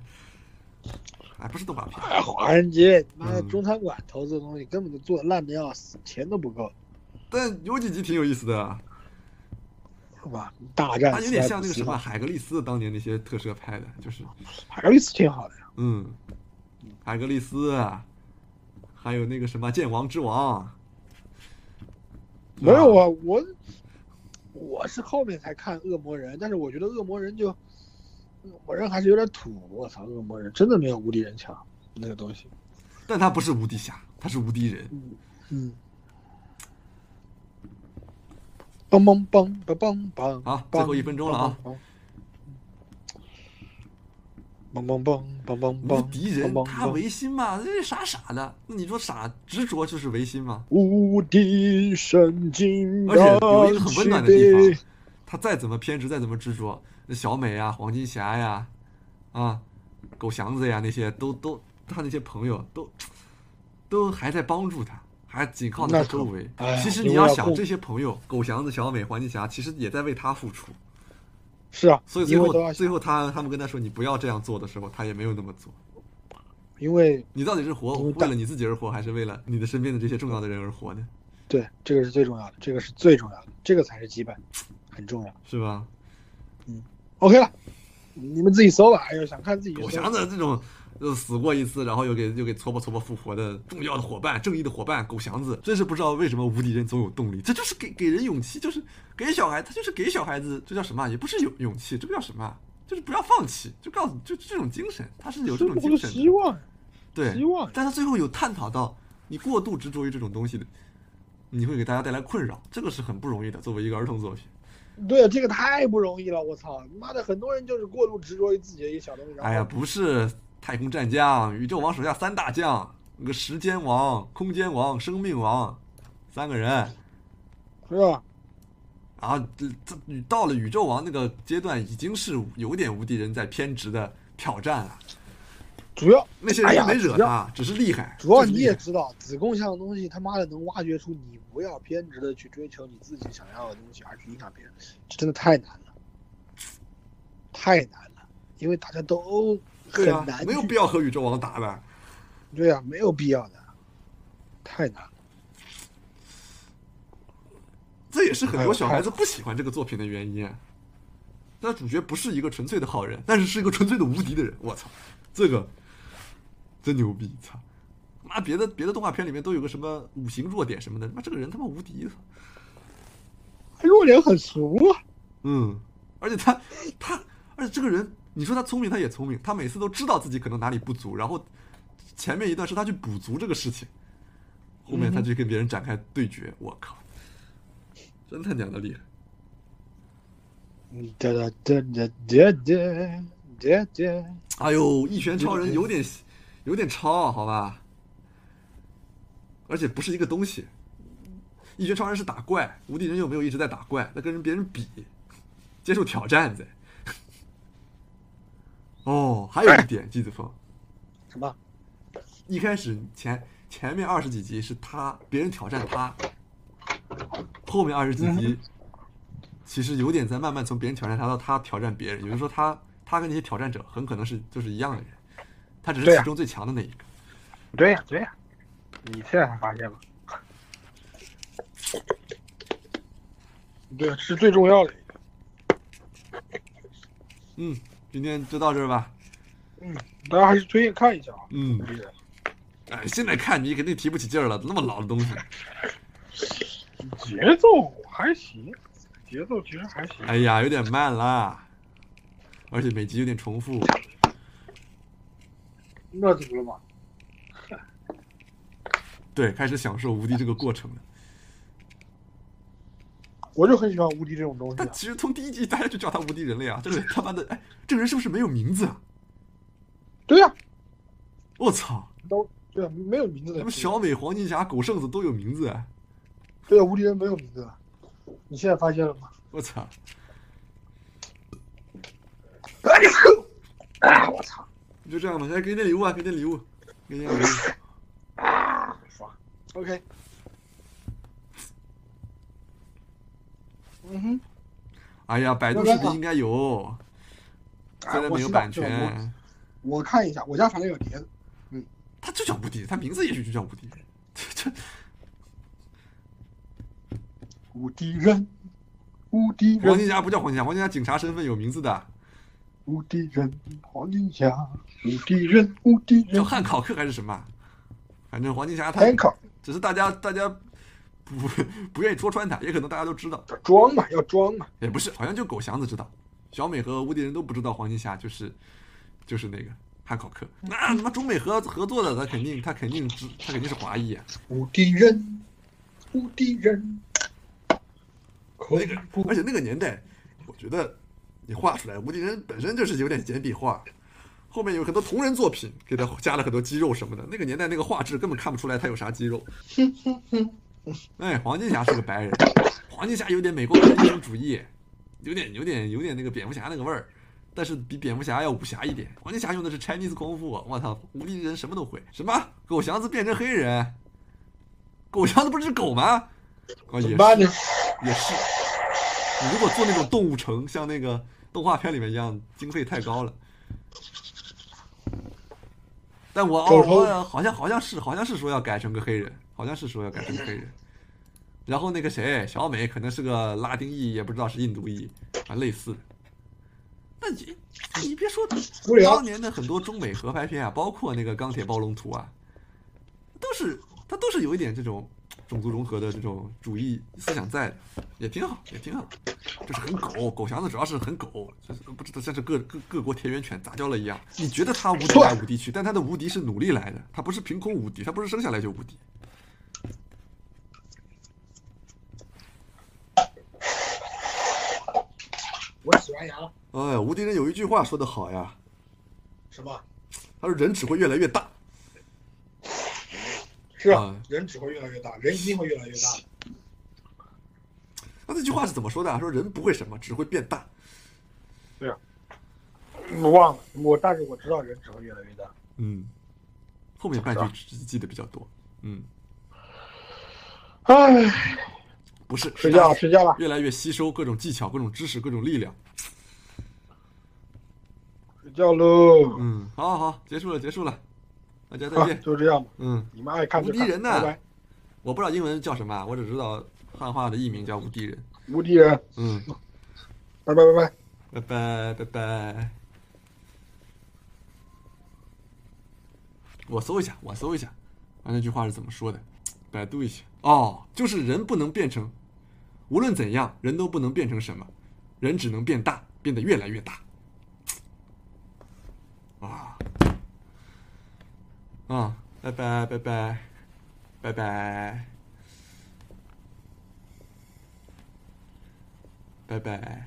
S1: 哎，不是动画片，
S2: 哎，华人街，你妈的
S1: 嗯
S2: 中餐馆投资的东西根本就做的烂的要死，钱都不够，
S1: 但有几集挺有意思的。啊
S2: 是吧？大战
S1: 它有
S2: 斯
S1: 点
S2: 莱
S1: 像
S2: 普
S1: 那个
S2: 斯
S1: 什么
S2: 号，
S1: 海格力斯当年那些特摄拍的，就是
S2: 海格力斯挺好的呀。
S1: 嗯，海格力斯，啊还有那个什么剑王之王，是
S2: 没
S1: 吧
S2: 有啊，我我是后面才看恶魔人，但是我觉得恶魔人就恶魔人还是有点土。我操，恶魔人真的没有无敌人强那个东西。
S1: 但他不是无敌侠，他是无敌人。
S2: 嗯。梆梆梆梆梆梆！
S1: 好最后一分钟了啊！
S2: 梆梆梆梆梆
S1: 无
S2: 梆！
S1: 敌人
S2: 梆梆，
S1: 他
S2: 梆
S1: 违心嘛？这傻傻的。那你说傻执着就是违心嘛？
S2: 无敌神经
S1: 而且有一个
S2: 钢
S1: 很温暖的地
S2: 区别
S1: 方， 他再怎么偏执，再怎么执着，那小美啊、黄金侠呀、啊、狗祥子呀那些，都都他那些朋友都都还在帮助他，还紧靠他
S2: 那
S1: 的
S2: 可
S1: 周围
S2: 哎。呀
S1: 其实
S2: 因
S1: 你
S2: 为
S1: 要
S2: 要
S1: 想
S2: 共
S1: 这些朋友，狗祥子、小美、黄金侠，其实也在为他付出。
S2: 是啊，
S1: 所以最
S2: 因为都要
S1: 后最后他他们跟他说你不要这样做的时候，他也没有那么做。
S2: 因为
S1: 你到底是活
S2: 因为
S1: 为
S2: 大
S1: 了你自己而活，还是为了你的身边的这些重要的人而活呢？
S2: 对这个是最重要的，这个是最重要的，这个才是基本，很重要。
S1: 是吧？
S2: OK 了，你们自己搜吧。哎呦，想看自己
S1: 我
S2: 搜
S1: 想。子这种，呃，死过一次，然后又给又给搓吧搓吧复活的重要的伙伴、正义的伙伴狗祥子，真是不知道为什么无敌人总有动力，这就是给给人勇气，就是给小孩，他就是给小孩子，这叫什么啊？也不是勇勇气，这个叫什么啊？就是不要放弃，就告诉你就这种精神，他是有这种
S2: 生活
S1: 精
S2: 的
S1: 神
S2: 希
S1: 的，
S2: 望，
S1: 对，
S2: 希望
S1: 但他最后有探讨到，你过度执着于这种东西的，你会给大家带来困扰，这个是很不容易的。作为一个儿童作品，
S2: 对啊这个太不容易了。我操，妈的，很多人就是过度执着于自己的一个小东西，然后
S1: 哎呀，不是太空战将、宇宙王手下三大将，那个时间王、空间王、生命王，三个人。
S2: 是吧？
S1: 然后这这到了宇宙王那个阶段，已经是有点无敌人在偏执的挑战了。
S2: 主要
S1: 那些
S2: 哎
S1: 人
S2: 呀
S1: 没惹
S2: 主
S1: 他，只是厉害。
S2: 主要
S1: 就是
S2: 你
S1: 厉
S2: 也
S1: 害
S2: 知道，子贡像的东西，他妈的能挖掘出你不要偏执的去追求你自己想要的东西，而去影响别人，这真的太难了，太难了，因为大家都很
S1: 对啊
S2: 难，
S1: 没有
S2: 去
S1: 必要和宇宙王打的。
S2: 对啊，没有必要的，太难了。
S1: 这也是很
S2: 哎
S1: 多
S2: 呦
S1: 小
S2: 太
S1: 孩子不喜欢这个作品的原因。那主角不是一个纯粹的好人，但是是一个纯粹的无敌的人。我操，这个真牛逼！操，妈别的别的动画片里面都有个什么五行弱点什么的，他妈这个人他妈无敌！操
S2: 哎弱点很俗啊，
S1: 嗯，而且他他而且这个人，你说他聪明，他也聪明，他每次都知道自己可能哪里不足，然后前面一段是他去补足这个事情，后面他去跟别人展开对决。我靠，真他娘的厉害！
S2: 嗯哒哒哒哒哒哒哒哒，
S1: 哎呦，一拳超人有点有点超，啊好吧？而且不是一个东西。一拳超人是打怪，无敌人又没有一直在打怪，那跟人别人比，接受挑战在。哦，还有一点，季子峰
S2: 什么？
S1: 一开始前前面二十几集是他别人挑战他，后面二十几集其实有点在慢慢从别人挑战他到他挑战别人，也就是说他他跟那些挑战者很可能是就是一样的人，他只是
S2: 对
S1: 其
S2: 呀
S1: 中最强的那一个。
S2: 对呀、对呀、你现在才发现吗？对，啊是最重要的。
S1: 嗯，今天就到这儿吧。
S2: 嗯，大家还是推荐看一下啊。
S1: 嗯，
S2: 这个
S1: 哎，现在看你肯定提不起劲儿了，那么老的东西。
S2: 节奏还行，节奏其实还行。
S1: 哎呀，有点慢啦，而且每集有点重复。
S2: 那怎么了嘛？
S1: 对，开始享受无敌这个过程了。
S2: 我就很喜欢无敌这种东西
S1: 但
S2: 啊。
S1: 其实从第一集大家就叫他无敌人类啊，这个人他妈的，哎，这个人是不是没有名字啊？
S2: 对呀、
S1: 我操，
S2: 都对啊，没有名字的
S1: 什么。小美、黄金侠、狗剩子都有名字啊！
S2: 对啊，无敌人没有名字的。你现在发现了 吗？
S1: 我操，
S2: 啊，我操！
S1: 就这样吧，来给你点礼物啊，给你点礼物，给你点 礼物。
S2: 啊，爽。OK。嗯哼，
S1: 哎呀，百度视频应该有，
S2: 哎
S1: 虽然没有版
S2: 我知道
S1: 权，
S2: 我看一下，我家反正有碟子。
S1: 他就叫无敌，他名字也许就叫无敌。这
S2: 无敌人，无敌
S1: 黄
S2: 人，
S1: 金侠不叫黄金侠，黄金侠警察身份有名字的，
S2: 无敌人，黄金侠，无敌人，无敌
S1: 叫
S2: 人。
S1: 汉考克还是什么？反正黄金侠他
S2: Hancock
S1: 只是大家大家不 不愿意戳穿他，也可能大家都知道。
S2: 装嘛，要装嘛。
S1: 也不是，好像就狗祥子知道，小美和无敌人都不知道黄金侠就是就是那个汉考克。那他妈中美合合作的，他肯定他肯定知他肯定是华裔啊。
S2: 无敌人，无敌人，恐怖
S1: 而且那个年代，我觉得你画出来无敌人本身就是有点简笔画，后面有很多同人作品给他加了很多肌肉什么的。那个年代那个画质根本看不出来他有啥肌肉。哎，黄金侠是个白人，黄金侠有点美国英雄主义，有点有点有点那个蝙蝠侠那个味儿。但是比蝙蝠侠要武侠一点，黄金侠用的是 Chinese 功夫，我操，无敌人什么都会。什么狗祥子变成黑人？狗祥子不是只狗吗？哦，也
S2: 怎
S1: 是
S2: 么办呢？
S1: 也是。你如果做那种动物城，像那个《动画片里面一样，经费太高了。但我
S2: 就
S1: 哦，
S2: 是说
S1: 我好像好像是好像是说要改成个黑人，好像是说要改成个黑人。然后那个谁，小美可能是个拉丁裔，也不知道是印度裔，啊，类似的。那你你别说，
S2: 无聊
S1: 当年的很多中美合拍片啊，包括那个《钢铁暴龙图》啊，都是它都是有一点这种种族融合的这种主义思想在的，也挺好，也挺好。就是很狗，狗祥子主要是很狗，就是不知道像是各各各国田园犬杂交了一样。你觉得他无敌来无敌去，但他的无敌是努力来的，他不是凭空无敌，他不是生下来就无敌。
S2: 我洗完牙了，
S1: 哎，无敌人有一句话说得好呀，
S2: 什么？
S1: 他说人只会越来越大。
S2: 是啊
S1: 啊，
S2: 人只会越来越大，人一定会越来越大的。
S1: 那这句话是怎么说的啊？说人不会什么，只会变大。
S2: 我忘了，我但是我知道人只会越来越大。
S1: 嗯，后面半
S2: 是
S1: 句记得比较多。嗯，
S2: 唉，
S1: 不是，
S2: 睡觉了，
S1: 是
S2: 睡觉
S1: 他
S2: 了。
S1: 越来越吸收各种技巧、各种知识、各种力量。
S2: 睡觉喽。
S1: 嗯，好好好，结束了，结束了，大家再
S2: 啊，
S1: 见。
S2: 就这样吧。
S1: 嗯。
S2: 你们爱看就
S1: 无
S2: 看。
S1: 敌人呐
S2: 拜拜。
S1: 我不知道英文叫什么啊，我只知道汉化的译名叫无敌人。
S2: 无敌人，
S1: 嗯，
S2: 拜拜拜拜。
S1: 拜拜拜拜。我搜一下，我搜一下，啊，那句话是怎么说的？百度一下。哦，就是人不能变成，无论怎样，人都不能变成什么，人只能变大，变得越来越大。啊，啊，拜拜拜拜，拜拜，拜拜。